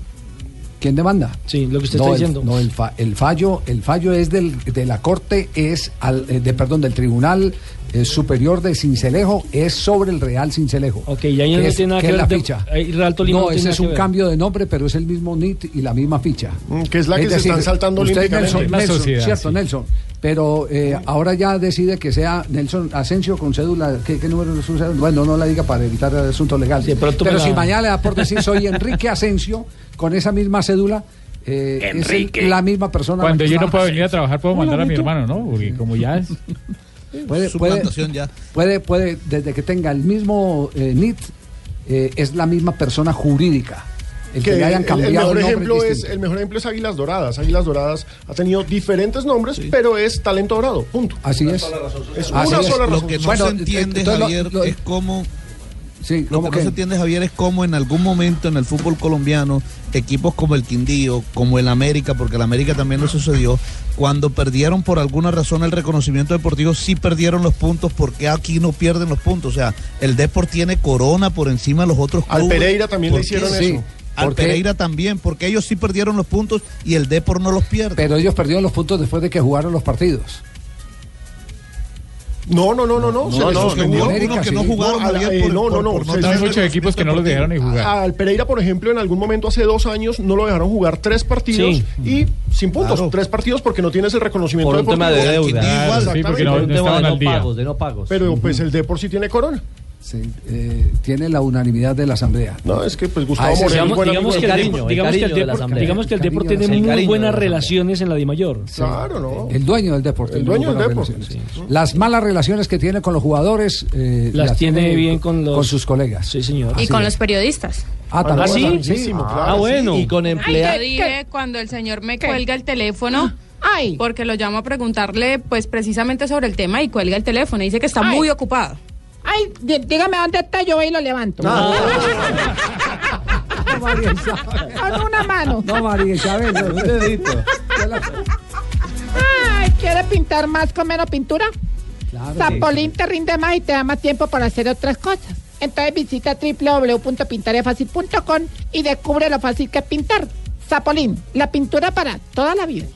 Speaker 3: ¿Quién demanda?
Speaker 13: Sí, lo que usted
Speaker 3: no,
Speaker 13: está
Speaker 3: el-
Speaker 13: diciendo.
Speaker 3: no, el, fa- el fallo, el fallo es del, de la corte es al, eh, de perdón del tribunal eh, superior de Cincelejo es sobre el Real Cincelejo.
Speaker 13: Ok, y ahí
Speaker 3: que
Speaker 13: no
Speaker 3: es-
Speaker 13: tiene nada
Speaker 3: que
Speaker 13: que
Speaker 3: es
Speaker 13: ver.
Speaker 3: la
Speaker 13: de-
Speaker 3: ficha.
Speaker 13: ahí Real Tolima no
Speaker 3: no,
Speaker 13: tiene
Speaker 3: ese
Speaker 13: nada
Speaker 3: es
Speaker 13: que
Speaker 3: un
Speaker 13: ver.
Speaker 3: cambio de nombre, pero es el mismo NIT y la misma ficha.
Speaker 17: Mm, que es la que se están saltando
Speaker 3: usted,
Speaker 17: olímpicamente.
Speaker 3: Nelson,
Speaker 17: La
Speaker 3: Nelson,
Speaker 17: sociedad,
Speaker 3: cierto,
Speaker 17: sí.
Speaker 3: Nelson. Pero eh, ahora ya decide que sea Nelson Asensio con cédula. ¿Qué, qué número es su cédula? Bueno, no la diga para evitar asuntos legales.
Speaker 13: pronto
Speaker 3: Pero
Speaker 13: me la-
Speaker 3: si mañana le da por decir soy Enrique Asensio con esa misma cédula. eh, es el-
Speaker 22: Enrique.
Speaker 3: la misma persona.
Speaker 22: Cuando yo no
Speaker 3: registrada.
Speaker 22: puedo venir a trabajar, puedo mandar a mi hermano, ¿no? Porque como ya es.
Speaker 3: puede, puede, puede, puede, desde que tenga el mismo eh, NIT, eh, es la misma persona jurídica. El que, le hayan cambiado
Speaker 17: el, mejor ejemplo
Speaker 3: nombre
Speaker 17: es, el mejor ejemplo es Águilas Doradas. Águilas Doradas ha tenido diferentes nombres, pero es talento dorado. Punto.
Speaker 3: Así es.
Speaker 17: Es
Speaker 3: Así
Speaker 17: una
Speaker 3: es.
Speaker 17: sola
Speaker 3: Lo
Speaker 17: razón.
Speaker 3: que no Bueno, se entiende, entonces lo- Javier, lo- es
Speaker 18: cómo
Speaker 3: Sí,
Speaker 18: lo que no se entiende, Javier, es cómo en algún momento en el fútbol colombiano, equipos como el Quindío, como el América, porque el América también lo sucedió, cuando perdieron por alguna razón el reconocimiento deportivo, sí perdieron los puntos, porque aquí no pierden los puntos. O sea, el Depor tiene corona por encima de los otros
Speaker 17: Al
Speaker 18: clubes.
Speaker 17: Pereira también le
Speaker 18: ¿Por qué?
Speaker 17: hicieron
Speaker 18: Sí,
Speaker 17: eso.
Speaker 18: Al
Speaker 17: ¿Por qué?
Speaker 18: Pereira también, porque ellos sí perdieron los puntos y el Depor no los pierde.
Speaker 3: Pero ellos perdieron los puntos después de que jugaron los partidos.
Speaker 17: No, no, no, no, no.
Speaker 3: No,
Speaker 17: se
Speaker 3: no,
Speaker 17: les
Speaker 3: no,
Speaker 17: suspendió.
Speaker 3: hubo América, unos que sí. no jugaron,
Speaker 17: No, a la-
Speaker 3: Javier,
Speaker 17: eh,
Speaker 3: por-
Speaker 17: no, no,
Speaker 3: por-
Speaker 17: no,
Speaker 22: por no
Speaker 17: se-
Speaker 22: tener
Speaker 17: se-
Speaker 22: muchos equipos que no los dejaron ni jugar.
Speaker 17: A- Al Pereira, por ejemplo, en algún momento hace dos años no lo dejaron jugar tres partidos
Speaker 22: Sí.
Speaker 17: y sin puntos. Tres partidos porque no tienes el reconocimiento
Speaker 2: Por un tema
Speaker 17: deportivo.
Speaker 2: de deuda.
Speaker 17: Igual,
Speaker 2: Sí, porque no-
Speaker 17: exactamente.
Speaker 2: no Por un tema estaban de al no día. pagos, de no pagos.
Speaker 17: Pero pues el Depor sí tiene corona.
Speaker 3: Sí, eh, tiene la unanimidad de la Asamblea.
Speaker 17: No, es que pues
Speaker 3: Ah,
Speaker 17: Gustavo
Speaker 3: ese
Speaker 17: Moreno,
Speaker 3: digamos-
Speaker 17: buen
Speaker 13: digamos
Speaker 17: amigo
Speaker 13: que el,
Speaker 17: del
Speaker 13: Depor-
Speaker 17: Depor.
Speaker 13: digamos que el Depor- digamos que el Depor tiene muy buenas relaciones en la DIMAYOR.
Speaker 17: Claro, ¿no?
Speaker 3: El dueño del deporte.
Speaker 17: El dueño del Depor.
Speaker 3: Las malas relaciones que tiene con los jugadores eh,
Speaker 13: Las tiene bien con los-
Speaker 3: sus colegas. Sí,
Speaker 13: señor.
Speaker 12: Y con
Speaker 13: [LAUGHS]
Speaker 12: los [LAUGHS] periodistas.
Speaker 3: Ah, también.
Speaker 13: Ah, bueno.
Speaker 2: Y con
Speaker 12: Ay, yo
Speaker 2: empleados.
Speaker 12: dije cuando el señor me cuelga el
Speaker 24: [GASPS]
Speaker 12: teléfono. Ay. Porque lo llamo a preguntarle, pues precisamente sobre el tema y cuelga el teléfono. y Dice que está
Speaker 5: Ay.
Speaker 12: muy ocupado.
Speaker 5: Ay, dí- dígame dónde está, yo voy y lo levanto. Con una mano.
Speaker 3: No, María Isabel, no, un dedito.
Speaker 5: Ay, ¿quiere pintar más con menos pintura? Zapolín te rinde más y te da más tiempo para hacer otras cosas. Entonces visita www.pintareafacil.com y descubre lo fácil que es pintar. Zapolín, la pintura para toda la vida.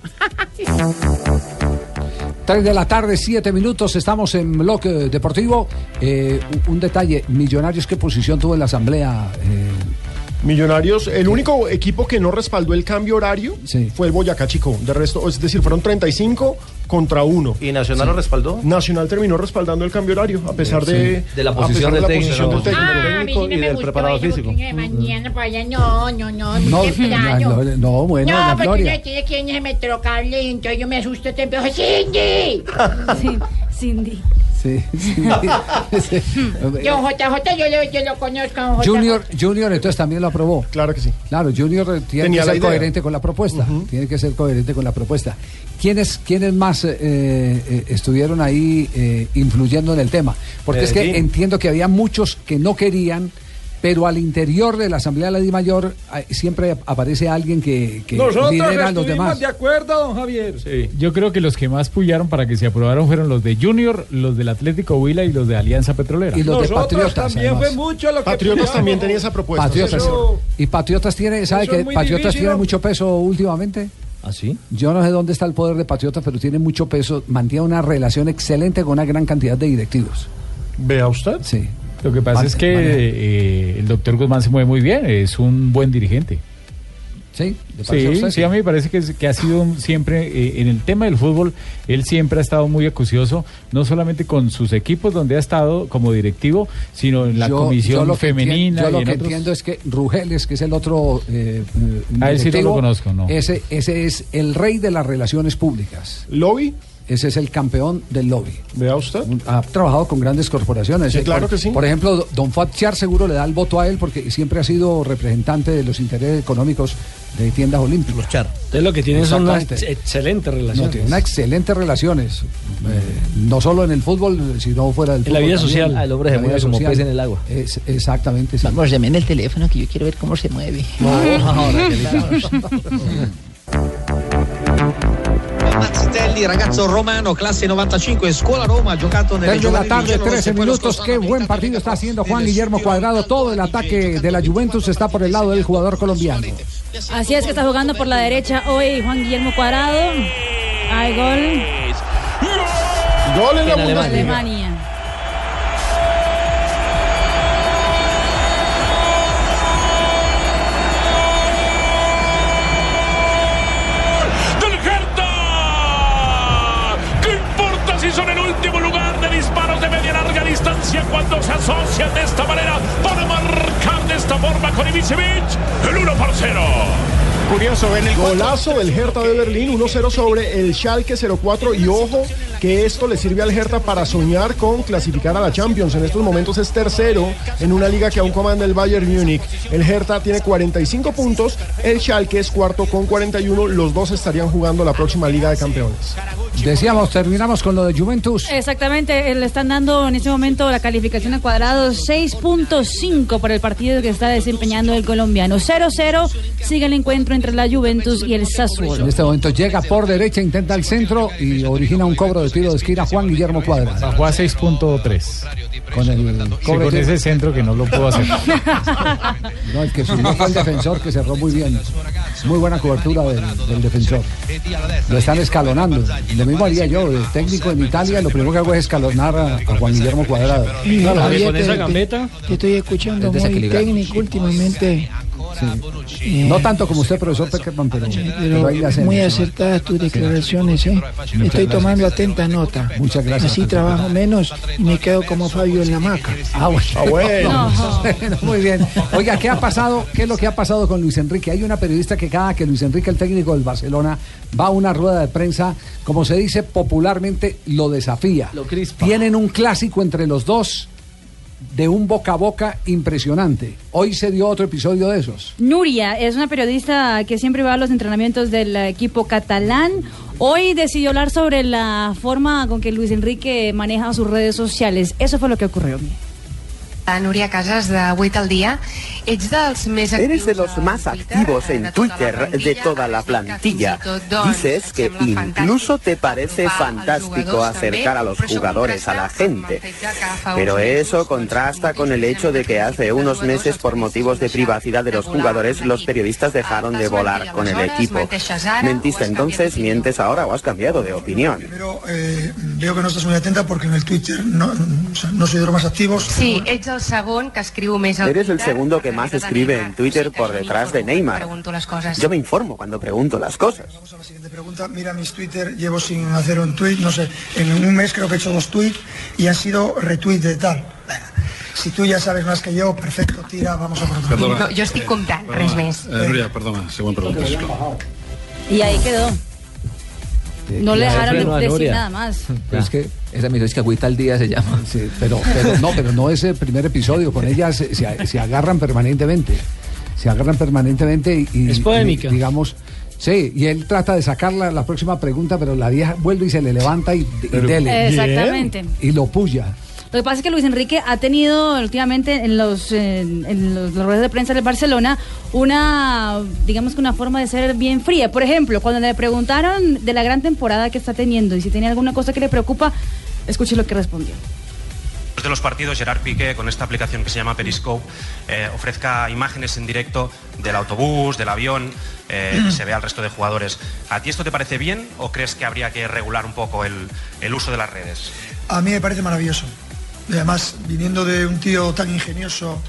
Speaker 3: Tres de la tarde, siete minutos, estamos en bloque deportivo. Eh, un- un detalle, Millonarios, ¿qué posición tuvo en la asamblea? Eh,
Speaker 17: Millonarios, el único equipo que no respaldó el cambio horario fue el Boyacá Chico. De resto, es decir, fueron 35 contra 1.
Speaker 4: ¿Y Nacional lo respaldó?
Speaker 17: Nacional terminó respaldando el cambio horario, a pesar
Speaker 4: Sí.
Speaker 17: de,
Speaker 4: De la
Speaker 17: a
Speaker 4: posición
Speaker 17: pesar de
Speaker 4: del
Speaker 17: la
Speaker 4: técnico.
Speaker 17: posición del técnico.
Speaker 4: Ah,
Speaker 17: técnico y del preparado físico.
Speaker 5: mañana para allá, no, no, no, muy
Speaker 3: no,
Speaker 19: [LAUGHS]
Speaker 3: la
Speaker 5: temprano.
Speaker 3: Gloria- no, bueno, la
Speaker 5: Este No, porque
Speaker 3: Gloria.
Speaker 5: usted tiene quien se me trocarle y entonces yo me asusto, te empiezo ¡Cindy!
Speaker 6: Cindy.
Speaker 3: Sí, sí, sí.
Speaker 5: [LAUGHS] Yo, JJ, yo, le- yo lo conozco. don JJ.
Speaker 3: Junior, Junior entonces también lo aprobó.
Speaker 17: Claro que sí.
Speaker 3: Claro, Junior eh, tiene
Speaker 17: Tenía
Speaker 3: que
Speaker 17: la
Speaker 3: ser
Speaker 17: idea.
Speaker 3: coherente con la propuesta. Tiene que ser coherente con la propuesta. ¿Quiénes, quiénes más eh, eh, estuvieron ahí eh, influyendo en el tema? Porque es que
Speaker 25: Medellín.
Speaker 3: entiendo que había muchos que no querían, pero al interior de la Asamblea de la Dimayor eh, siempre aparece alguien que, que lidera a los demás.
Speaker 25: acuerdo, don Javier.
Speaker 22: Yo creo que los que más pullaron para que se aprobaron fueron los de Junior, los del Atlético Huila y los de Alianza Petrolera.
Speaker 25: mucho lo
Speaker 17: que Patriotas
Speaker 25: peleamos.
Speaker 17: también tenía esa propuesta.
Speaker 3: Patriotas.
Speaker 17: sí, señor.
Speaker 3: y Patriotas tiene, ¿sabe
Speaker 25: Eso
Speaker 3: que
Speaker 25: es muy
Speaker 3: Patriotas
Speaker 25: difícil,
Speaker 3: tiene
Speaker 25: ¿no?
Speaker 3: mucho peso últimamente?
Speaker 2: ¿Ah, sí?
Speaker 3: Yo no sé dónde está el poder de Patriotas, pero tiene mucho peso, mantiene una relación excelente con una gran cantidad de directivos.
Speaker 17: ¿Vea usted?
Speaker 3: Sí.
Speaker 22: Lo que pasa
Speaker 3: Vale,
Speaker 22: es que
Speaker 3: vale.
Speaker 22: eh, el doctor Guzmán se mueve muy bien, es un buen dirigente.
Speaker 3: Sí, ¿le parece a
Speaker 22: Sí,
Speaker 3: usted?
Speaker 22: sí, a mí me parece que, es- que ha sido un- siempre, eh, en el tema del fútbol, él siempre ha estado muy acucioso, no solamente con sus equipos donde ha estado como directivo, sino en la
Speaker 3: Yo-
Speaker 22: comisión
Speaker 3: yo lo que
Speaker 22: femenina.
Speaker 3: entien- Yo
Speaker 22: y
Speaker 3: lo
Speaker 22: en
Speaker 3: que
Speaker 22: otros-
Speaker 3: entiendo es que Rugeles, que es el otro. eh, eh,
Speaker 22: A él sí no
Speaker 3: directivo,
Speaker 22: lo conozco, no.
Speaker 3: Ese, ese es el rey de las relaciones públicas.
Speaker 17: ¿Lobby?
Speaker 3: Ese es el campeón del lobby.
Speaker 17: ¿Vea usted?
Speaker 3: Ha trabajado con grandes corporaciones.
Speaker 17: Sí,
Speaker 3: Eh,
Speaker 17: claro
Speaker 3: por,
Speaker 17: que sí.
Speaker 3: Por ejemplo, do- Don Fatchar seguro le da el voto a él porque siempre ha sido representante de los intereses económicos de tiendas olímpicas. Los Char.
Speaker 13: Entonces lo que tienen son unas ex- excelentes
Speaker 3: No,
Speaker 13: relaciones.
Speaker 3: tiene unas excelentes relaciones, eh, no solo en el fútbol, sino fuera del
Speaker 13: En
Speaker 3: fútbol.
Speaker 13: la vida
Speaker 3: también.
Speaker 13: social. Ah, el hombre
Speaker 3: En
Speaker 13: se
Speaker 3: la
Speaker 13: mueve
Speaker 3: vida
Speaker 13: como
Speaker 3: social.
Speaker 13: pez en el agua.
Speaker 3: Es- exactamente. sí.
Speaker 7: Vamos, deme en el teléfono que yo quiero ver cómo se mueve.
Speaker 10: Mastelli, ragazzo romano, classe 95, e scuola Roma, ha giocato nelle
Speaker 3: Tres de la
Speaker 10: giovanili
Speaker 3: tarde,
Speaker 10: Genoa,
Speaker 3: 13
Speaker 10: se poi lo
Speaker 3: minutos. Qué buen partido está haciendo Juan Guillermo Cuadrado. Todo el ataque de la Juventus está por el lado del jugador colombiano.
Speaker 6: Así es que está jugando por la derecha hoy Juan Guillermo Cuadrado. Hay gol
Speaker 17: Gol en la
Speaker 6: de
Speaker 17: Bundesliga.
Speaker 6: Alemania.
Speaker 26: del Hertha. ¿Qué importa si son el último lugar de disparos de media larga distancia cuando se asocian de esta manera para marcar de esta forma con Ibisevic? El 1 por 0.
Speaker 17: Curioso, ven el golazo del Hertha de Berlín, 1-0 sobre el Schalke 04 y ojo que esto le sirve al Hertha para soñar con clasificar a la Champions. En estos momentos es tercero en una liga que aún comanda el Bayern Múnich. El Hertha tiene 45 puntos, el Schalke es cuarto con 41, los dos estarían jugando la próxima Liga de Campeones.
Speaker 3: Decíamos, terminamos con lo de Juventus.
Speaker 6: Exactamente, eh, le están dando en este momento la calificación a cuadrados 6.5 por el partido que está desempeñando el colombiano. 0-0 sigue el encuentro entre la Juventus y el Sassuolo.
Speaker 3: En este momento llega por derecha, intenta el centro y origina un cobro de tiro de esquina Juan Guillermo Cuadra.
Speaker 22: Bajó a 6.3.
Speaker 3: Con el
Speaker 22: Sí,
Speaker 3: cobro de
Speaker 22: con
Speaker 3: tiro.
Speaker 22: ese centro que no lo puedo hacer.
Speaker 3: No, el que subió fue el defensor que cerró muy bien. Muy buena cobertura del, del defensor. Lo están escalonando. Lo mismo haría yo, de técnico en Italia, lo primero que hago es escalonar a, a Juan Guillermo Cuadrado.
Speaker 19: Mira, Javier, te- te- Te estoy escuchando
Speaker 3: Es
Speaker 19: muy
Speaker 3: desequilibrado.
Speaker 19: técnico últimamente. eh,
Speaker 3: Sí. No tanto como usted, profesor Peckerman, pero, pero
Speaker 19: Pero
Speaker 3: ahí le hacen.
Speaker 19: muy acertadas tus declaraciones, ¿eh? Estoy
Speaker 3: gracias.
Speaker 19: tomando atenta nota.
Speaker 3: Muchas gracias.
Speaker 19: Así trabajo menos y me quedo como Fabio en la hamaca.
Speaker 3: Ah, bueno. [LAUGHS] Bueno, muy bien. Oiga, ¿qué ha pasado? ¿Qué es lo que ha pasado con Luis Enrique? Hay una periodista que cada que Luis Enrique, el técnico del Barcelona, va a una rueda de prensa, como se dice popularmente, lo desafía. Lo Tienen un clásico entre los dos de un boca a boca impresionante. Hoy se dio otro episodio de esos.
Speaker 6: Nuria es una periodista que siempre va a los entrenamientos del equipo catalán. Hoy decidió hablar sobre la forma con que Luis Enrique maneja sus redes sociales. Eso fue lo que ocurrió.
Speaker 5: A Núria Casas, de 8 al día. Ets dels més
Speaker 27: Eres de los más activos en Twitter de toda la plantilla. Dices que incluso te parece fantástico acercar a los jugadores a la gente. Pero eso contrasta con el hecho de que hace unos meses, por motivos de privacidad de los jugadores, los periodistas dejaron de volar con el equipo. Mentiste entonces, mientes ahora o has cambiado de opinión.
Speaker 28: Pero eh, veo que no estás muy atenta porque en el Twitter no, o sea, no soy de los más activos.
Speaker 5: Sí, ets el segon que escriu més al
Speaker 27: Eres el
Speaker 5: Twitter.
Speaker 27: segundo que más escribe en Twitter por detrás de Neymar.
Speaker 5: Pregunto las cosas.
Speaker 27: Yo me informo cuando pregunto las cosas.
Speaker 28: Te pregunta, mira mis Twitter, llevo sin hacer un tweet, no sé, en un mes creo que he hecho dos tweets y han sido retweet de tal. Venga, Si tú ya sabes más que yo, perfecto, tira, vamos a por otro.
Speaker 5: Perdona. No, yo estoy comptant, res
Speaker 28: Perdona,
Speaker 5: més.
Speaker 28: eh, Núria, perdona,
Speaker 6: Y ahí quedó. No le dejaron de-
Speaker 7: freno a
Speaker 6: decir
Speaker 7: Nuria.
Speaker 6: nada más.
Speaker 7: Pero es que esa mi es que agüita al día se llama.
Speaker 3: Sí, pero, pero no, pero no es el primer episodio. Con ellas se, se- se agarran permanentemente. Se agarran permanentemente y- y.
Speaker 13: Es polémica.
Speaker 3: y, digamos. Sí, y él trata de sacarla la próxima pregunta, pero la vieja vuelve y se le levanta y, y
Speaker 6: Pero-
Speaker 3: dele.
Speaker 6: Exactamente.
Speaker 3: Y lo puya.
Speaker 6: Lo que pasa es que Luis Enrique ha tenido últimamente en los eh, en los- las ruedas de prensa del Barcelona una digamos que una forma de ser bien fría. Por ejemplo, cuando le preguntaron de la gran temporada que está teniendo y si tenía alguna cosa que le preocupa, escuche lo que respondió.
Speaker 29: Después de los partidos, Gerard Piqué, con esta aplicación que se llama Periscope, eh, ofrezca imágenes en directo del autobús, del avión, eh, que se vea al resto de jugadores. ¿A ti esto te parece bien o crees que habría que regular un poco el, el uso de las redes?
Speaker 28: A mí me parece maravilloso. Y además, viniendo de un tío tan ingenioso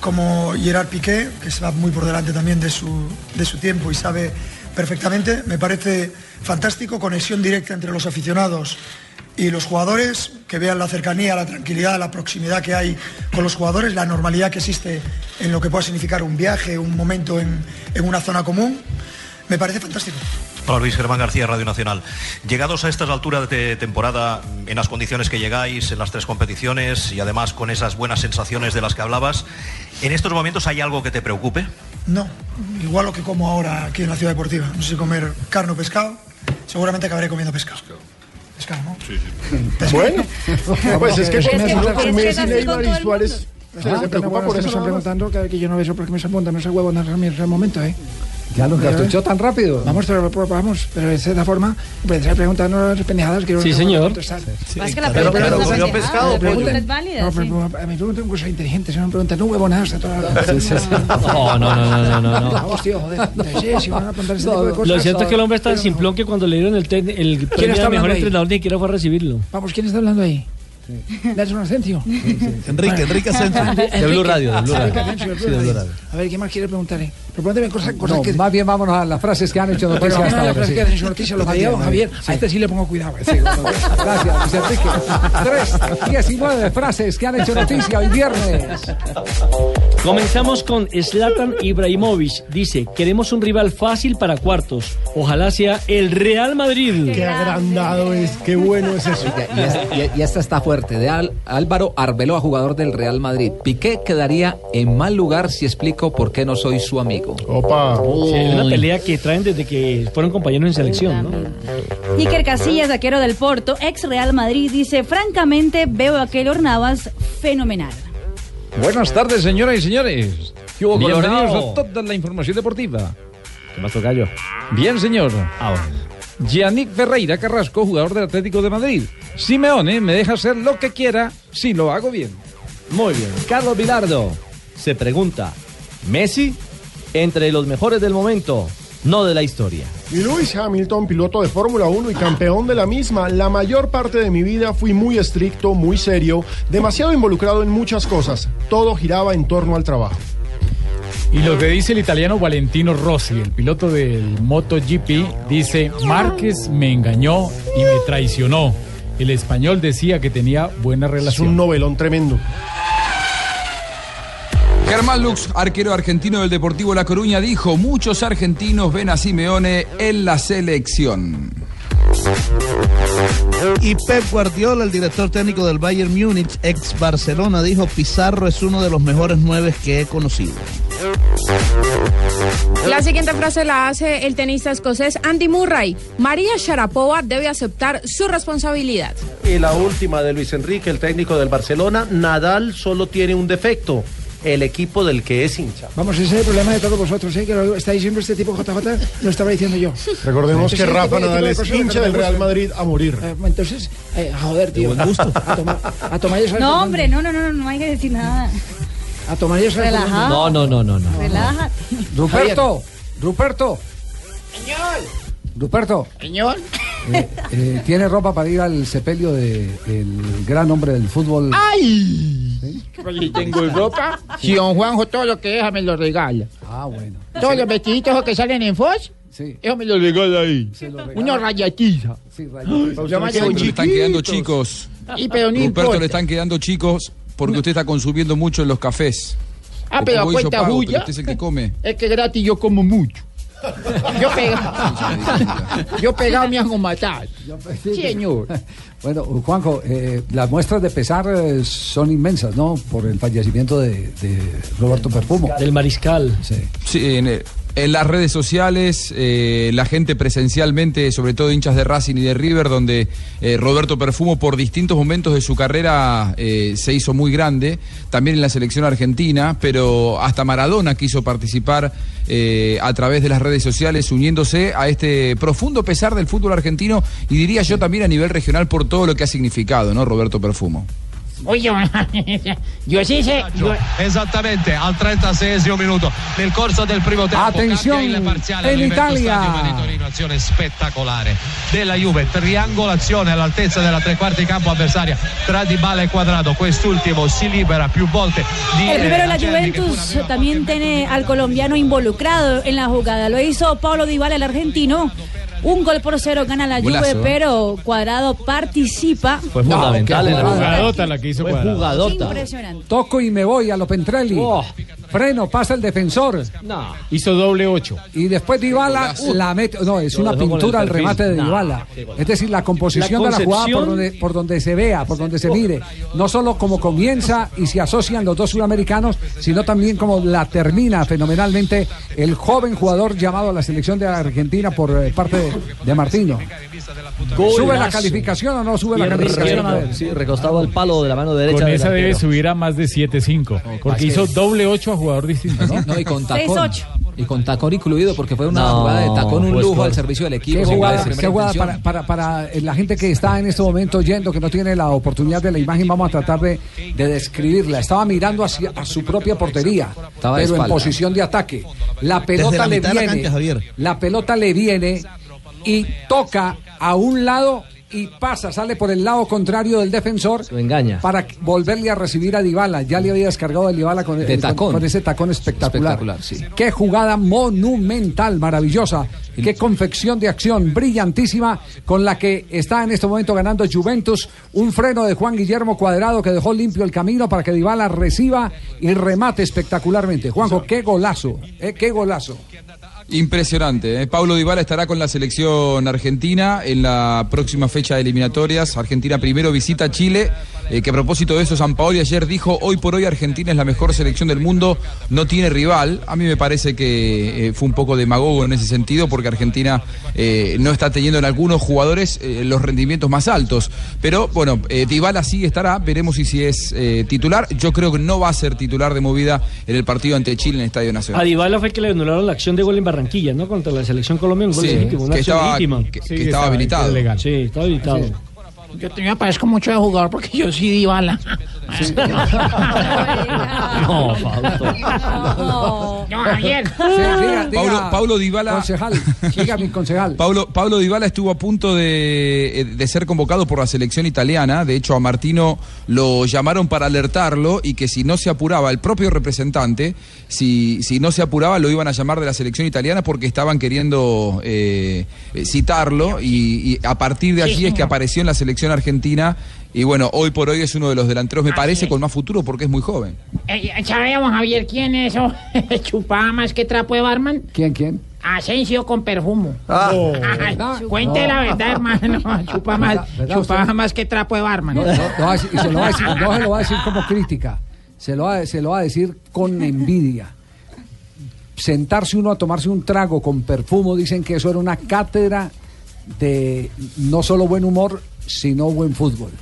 Speaker 28: como Gerard Piqué, que se va muy por delante también de su, de su tiempo y sabe perfectamente, me parece fantástico, conexión directa entre los aficionados y los jugadores, que vean la cercanía, la tranquilidad, la proximidad que hay con los jugadores, la normalidad que existe en lo que pueda significar un viaje, un momento en, en una zona común, me parece fantástico.
Speaker 30: Hola Luis Germán García, Radio Nacional. Llegados a estas alturas de temporada, en las condiciones que llegáis, en las tres competiciones y además con esas buenas sensaciones de las que hablabas, ¿en estos momentos hay algo que te preocupe?
Speaker 28: No, igual lo que como ahora aquí en la ciudad deportiva. No sé si comer carne o pescado. Seguramente acabaré comiendo pescado. Pescado, ¿no? Sí, sí. [LAUGHS]
Speaker 17: Bueno, pues es que con
Speaker 28: Es que-
Speaker 17: eso,
Speaker 28: es que
Speaker 17: con Messi,
Speaker 28: así con
Speaker 17: Neymar
Speaker 28: todo
Speaker 17: y
Speaker 28: el
Speaker 17: Suárez, se les preocupa por eso. nada
Speaker 28: están
Speaker 17: más.
Speaker 28: preguntando que, que yo no veo por qué me se apunta, no sé huevo en el real momento, ¿eh?
Speaker 3: Ya lo encartuchó tan rápido.
Speaker 28: Vamos, pero, pero vamos, pero de cierta forma, empezar preguntando las pendejadas que yo
Speaker 13: Sí,
Speaker 28: no
Speaker 13: señor.
Speaker 28: puedo contestar.
Speaker 13: Sí, Pasa que la claro. pregunta Pero- no pero es comió pendejadas, pescado, la pollo. pregunta es válida,
Speaker 28: No, pero, pero, a mí me preguntan cosas inteligentes, no me preguntan, no huevo nada,
Speaker 3: [LAUGHS]
Speaker 28: toda
Speaker 13: [LAUGHS]
Speaker 28: la
Speaker 13: No,
Speaker 28: hora.
Speaker 13: no, no, no, no, no.
Speaker 28: Ah, hostia, joder. Sí, si van a preguntar ese tipo de cosas.
Speaker 13: Lo cierto es que el hombre es tan simplón que cuando le dieron el, ten- el premio
Speaker 28: está
Speaker 13: al mejor
Speaker 28: hablando ahí?
Speaker 13: entrenador ni siquiera fue a recibirlo.
Speaker 28: Vamos, ¿quién está hablando ahí? Nelson Asensio.
Speaker 13: Enrique, Enrique Asensio. De
Speaker 28: Enrique.
Speaker 13: Blue Radio, de Blue Radio.
Speaker 28: Enrique Asensio,
Speaker 13: Sí, de Blue Radio.
Speaker 28: A ver, ¿qué más quiere preguntar? eh? Pero pregúnteme cosas, cosas
Speaker 3: No,
Speaker 28: que...
Speaker 3: Más bien vámonos a las frases que han hecho
Speaker 28: Pero
Speaker 3: noticia
Speaker 28: vamos
Speaker 3: hasta
Speaker 28: a la
Speaker 3: ahora.
Speaker 13: pues
Speaker 28: frase
Speaker 3: sí.
Speaker 28: que ha dicho noticia, lo que
Speaker 3: Está bien,
Speaker 28: llevo,
Speaker 3: está
Speaker 28: Javier.
Speaker 3: bien.
Speaker 28: A este sí le pongo cuidado. eh.
Speaker 3: Gracias, Luis Enrique.
Speaker 13: [LAUGHS]
Speaker 3: Tres, diecinueve frases que han hecho noticia hoy viernes.
Speaker 13: Comenzamos con Zlatan Ibrahimovic. Dice, queremos un rival fácil para cuartos. Ojalá sea el Real Madrid.
Speaker 17: Qué agrandado es, qué bueno es eso.
Speaker 7: Y, es- y- y esta está fuerte, de Al- Álvaro Arbeloa, jugador del Real Madrid. Piqué quedaría en mal lugar si explico por qué no soy su amigo.
Speaker 17: Opa.
Speaker 13: Sí, es una pelea que traen desde que fueron compañeros en selección, ¿no?
Speaker 6: Iker Casillas, arquero del Porto, ex Real Madrid, dice, francamente veo a Keylor Navas fenomenal.
Speaker 8: Buenas tardes, señoras y señores. ¿Qué hubo?
Speaker 31: Bien,
Speaker 8: Bienvenidos
Speaker 31: bravo.
Speaker 8: a toda la información deportiva. ¿Qué más tocayo? Bien, señor. Yannick Ferreira Carrasco, jugador del Atlético de Madrid. Simeone me deja hacer lo que quiera si lo hago bien.
Speaker 23: Muy bien. [LAUGHS] Carlos Vilardo se pregunta, ¿Messi? Entre los mejores del momento, no de la historia.
Speaker 17: Y Lewis Hamilton, piloto de Fórmula 1 y campeón de la misma, la mayor parte de mi vida fui muy estricto, muy serio, demasiado involucrado en muchas cosas. Todo giraba en torno al trabajo.
Speaker 22: Y lo que dice el italiano Valentino Rossi, el piloto del MotoGP, dice, Márquez me engañó y me traicionó. El español decía que tenía buena relación. Es un
Speaker 17: novelón tremendo.
Speaker 14: Germán Lux, arquero argentino del Deportivo La Coruña, dijo, muchos argentinos ven a Simeone en la selección.
Speaker 18: Y Pep Guardiola, el director técnico del Bayern Múnich, ex Barcelona, dijo, Pizarro es uno de los mejores nueve que he conocido.
Speaker 24: La siguiente frase la hace el tenista escocés Andy Murray. María Sharapova debe aceptar su responsabilidad.
Speaker 4: Y la última de Luis Enrique, el técnico del Barcelona, Nadal solo tiene un defecto, el equipo del que es hincha.
Speaker 10: Vamos, ese es el problema de todos vosotros, ¿eh? Que lo está diciendo este tipo JJ, lo estaba diciendo yo.
Speaker 17: Recordemos
Speaker 10: Entonces,
Speaker 17: que
Speaker 10: este
Speaker 17: Rafa
Speaker 10: tipo de
Speaker 17: Nadal es
Speaker 10: cosas
Speaker 17: hincha
Speaker 10: que
Speaker 17: del
Speaker 10: me
Speaker 17: Real
Speaker 10: gustan.
Speaker 17: Madrid a morir.
Speaker 10: Eh, Entonces, eh, joder, tío. A tomar, a tomar eso.
Speaker 6: No, hombre, no, no, no, no, no hay que decir nada.
Speaker 10: A tomar eso.
Speaker 6: Relajado,
Speaker 23: No, no, no, no, no.
Speaker 6: relájate.
Speaker 3: Ruperto, Ruperto, Ruperto,
Speaker 19: Señor.
Speaker 3: eh, eh, ¿tiene ropa para ir al sepelio del gran hombre del fútbol?
Speaker 19: Ah. ¡Ay! Si Pues tengo ropa, si don Juanjo todo lo que deja me lo regala.
Speaker 3: Ah, bueno.
Speaker 19: Todos los vestiditos esos que salen en Fox,
Speaker 3: Sí.
Speaker 19: eso me lo regala ahí. Una rayatiza.
Speaker 3: Sí,
Speaker 19: Yo me llevo
Speaker 14: le están quedando chicos.
Speaker 19: Y pero no
Speaker 14: Ruperto,
Speaker 19: importa.
Speaker 14: le están quedando chicos porque usted está consumiendo mucho en los cafés.
Speaker 19: Ah,
Speaker 14: O
Speaker 19: pero
Speaker 14: como
Speaker 19: a
Speaker 14: yo
Speaker 19: cuenta
Speaker 14: pago,
Speaker 19: suya.
Speaker 14: pero usted es el que come.
Speaker 19: Es que gratis yo como mucho. Yo pegado. yo pegado me hago matar. Sí, señor.
Speaker 3: Bueno, Juanjo, eh, las muestras de pesar eh, son inmensas, ¿no? Por el fallecimiento de, de Roberto Perfumo.
Speaker 13: Del mariscal.
Speaker 3: Sí.
Speaker 14: Sí, en, eh, en las redes sociales, eh, la gente presencialmente, sobre todo hinchas de Racing y de River, donde eh, Roberto Perfumo por distintos momentos de su carrera eh, se hizo muy grande, también en la selección argentina, pero hasta Maradona quiso participar eh, a través de las redes sociales, uniéndose a este profundo pesar del fútbol argentino y diría yo también a nivel regional por todo lo que ha significado, ¿no? Roberto Perfumo.
Speaker 19: Oye, yo sí sé. yo-
Speaker 23: Esattamente al 36 minuto nel corso del primo tempo
Speaker 3: Attenzione,
Speaker 23: cambia il parziale
Speaker 3: è
Speaker 23: al Juventus
Speaker 3: l'Italia.
Speaker 23: Stadium di Torino, azione spettacolare della Juve triangolazione all'altezza della tre quarti campo avversaria tra Dybala e Quadrado quest'ultimo si libera più volte
Speaker 3: Eh,
Speaker 23: di
Speaker 6: El primero de la
Speaker 23: Acerbi, che pure
Speaker 6: Juventus también tiene al colombiano involucrado en la jugada. Lo hizo Pablo Dybala, el argentino. Un gol por cero gana la Juve,
Speaker 22: Golazo.
Speaker 6: pero Cuadrado participa.
Speaker 22: Fue
Speaker 6: No,
Speaker 22: fundamental.
Speaker 6: qué
Speaker 22: la
Speaker 6: jugada.
Speaker 22: jugadota la que hizo Cuadrado.
Speaker 6: Impresionante.
Speaker 3: Toco y me voy a Lopentrelli.
Speaker 22: Oh.
Speaker 3: Freno, pasa el defensor.
Speaker 22: Hizo doble ocho.
Speaker 3: Y después Dybala la mete. No, es
Speaker 22: Lo
Speaker 3: una
Speaker 22: dejó con el
Speaker 3: pintura al
Speaker 22: perfil.
Speaker 3: remate de
Speaker 22: No,
Speaker 3: Dybala.
Speaker 22: qué golazo.
Speaker 3: Es decir, la composición
Speaker 22: La
Speaker 3: de la jugada por
Speaker 22: concepción.
Speaker 3: donde, por donde se vea, por donde se mire. No solo como comienza y se asocian los dos sudamericanos, sino también como la termina fenomenalmente el joven jugador llamado a la selección de Argentina por eh, parte de, de Martino. ¿Sube la
Speaker 23: Golazo.
Speaker 3: calificación o no sube la
Speaker 23: Pierre
Speaker 3: calificación? A
Speaker 23: Ribeiro,
Speaker 3: ver.
Speaker 23: sí, recostado al palo de la mano derecha
Speaker 22: Con
Speaker 23: del
Speaker 22: esa debe
Speaker 23: arquero.
Speaker 22: subir a más de 7-5. Porque
Speaker 14: Vázquez.
Speaker 22: hizo doble 8 a jugador distinto. ¿no?
Speaker 7: No, y con
Speaker 6: Seis,
Speaker 7: tacón.
Speaker 6: ocho.
Speaker 7: Y con tacón incluido, porque fue una
Speaker 22: No,
Speaker 7: jugada de tacón, un
Speaker 22: pues,
Speaker 7: lujo
Speaker 22: por-
Speaker 7: al servicio del equipo.
Speaker 3: Qué
Speaker 7: sin
Speaker 3: jugada,
Speaker 7: goles de
Speaker 3: qué jugada
Speaker 7: primera
Speaker 3: para, para, para, eh, la gente que está en este momento oyendo, que no tiene la oportunidad de la imagen, vamos a tratar de, de describirla. Estaba mirando hacia a su propia portería,
Speaker 7: Estaba de
Speaker 3: pero en
Speaker 7: espalda.
Speaker 3: posición de ataque. La pelota
Speaker 18: la
Speaker 3: le
Speaker 18: mitad de la
Speaker 3: viene,
Speaker 18: cancha, Javier.
Speaker 3: la pelota le viene y toca a un lado y pasa, sale por el lado contrario del defensor.
Speaker 7: engaña.
Speaker 3: Para volverle a recibir a Dybala. Ya le había descargado a Dybala con,
Speaker 7: De
Speaker 3: eh, con-
Speaker 7: tacón.
Speaker 3: con ese tacón espectacular.
Speaker 7: Espectacular, sí.
Speaker 3: Qué jugada monumental, maravillosa. Qué confección de acción brillantísima con la que está en este momento ganando Juventus. Un freno de Juan Guillermo Cuadrado que dejó limpio el camino para que Dybala reciba y remate espectacularmente. Juanjo, qué golazo, eh, qué golazo.
Speaker 14: Impresionante. ¿eh? Pablo Dybala estará con la selección argentina en la próxima fecha de eliminatorias. Argentina primero visita Chile. eh, que a propósito de eso, San Paoli ayer dijo, hoy por hoy Argentina es la mejor selección del mundo, no tiene rival. A mí me parece que eh, fue un poco demagogo en ese sentido porque Argentina eh, no está teniendo en algunos jugadores eh, los rendimientos más altos. Pero bueno, eh, Dybala sí estará, veremos si, si es eh, titular. Yo creo que no va a ser titular de movida en el partido ante Chile en el Estadio Nacional.
Speaker 13: A Dybala fue que le anularon la acción de gol en Barranquilla, ¿no? Contra la selección Colombia, un gol
Speaker 14: Sí,
Speaker 13: legítimo, una
Speaker 14: que
Speaker 13: acción
Speaker 14: estaba-
Speaker 13: legítima.
Speaker 14: que- que Sí, estaba estaba- habilitado. que
Speaker 13: Sí, estaba habilitado.
Speaker 19: Yo te- me parezco mucho de jugador porque yo sí di bala. [LAUGHS]
Speaker 13: No, Fausto.
Speaker 19: No, Javier.
Speaker 14: Paulo, Paulo Dybala.
Speaker 3: mi concejal.
Speaker 14: Paulo, Paulo Dybala estuvo a punto de, eh, de ser convocado por la selección italiana. De hecho, a Martino lo llamaron para alertarlo y que si no se apuraba, el propio representante, si, si no se apuraba, lo iban a llamar de la selección italiana porque estaban queriendo eh, eh, citarlo. Y, y a partir de allí es que apareció en la selección argentina. Y bueno, hoy por hoy es uno de los delanteros, me parece, con más futuro porque es muy joven.
Speaker 19: Eh, eh, Sabemos, Javier, quién es eso. [LAUGHS] Chupaba más que trapo de barman.
Speaker 3: ¿Quién, quién?
Speaker 19: Asensio con perfumo. [LAUGHS]
Speaker 3: Ah. No.
Speaker 19: Ay,
Speaker 3: ¿Verdad?
Speaker 19: Cuente
Speaker 3: No.
Speaker 19: la verdad,
Speaker 3: [LAUGHS]
Speaker 19: hermano. [LAUGHS] Chupa más,
Speaker 3: ¿Verdad
Speaker 19: chupaba
Speaker 3: usted?
Speaker 19: más que trapo de barman.
Speaker 3: No, no, no, así- y se lo va a decir, no se lo va a decir como crítica, se lo, va, se lo va a decir con envidia. Sentarse uno a tomarse un trago con perfumo, dicen que eso era una cátedra de no solo buen humor, sino buen fútbol.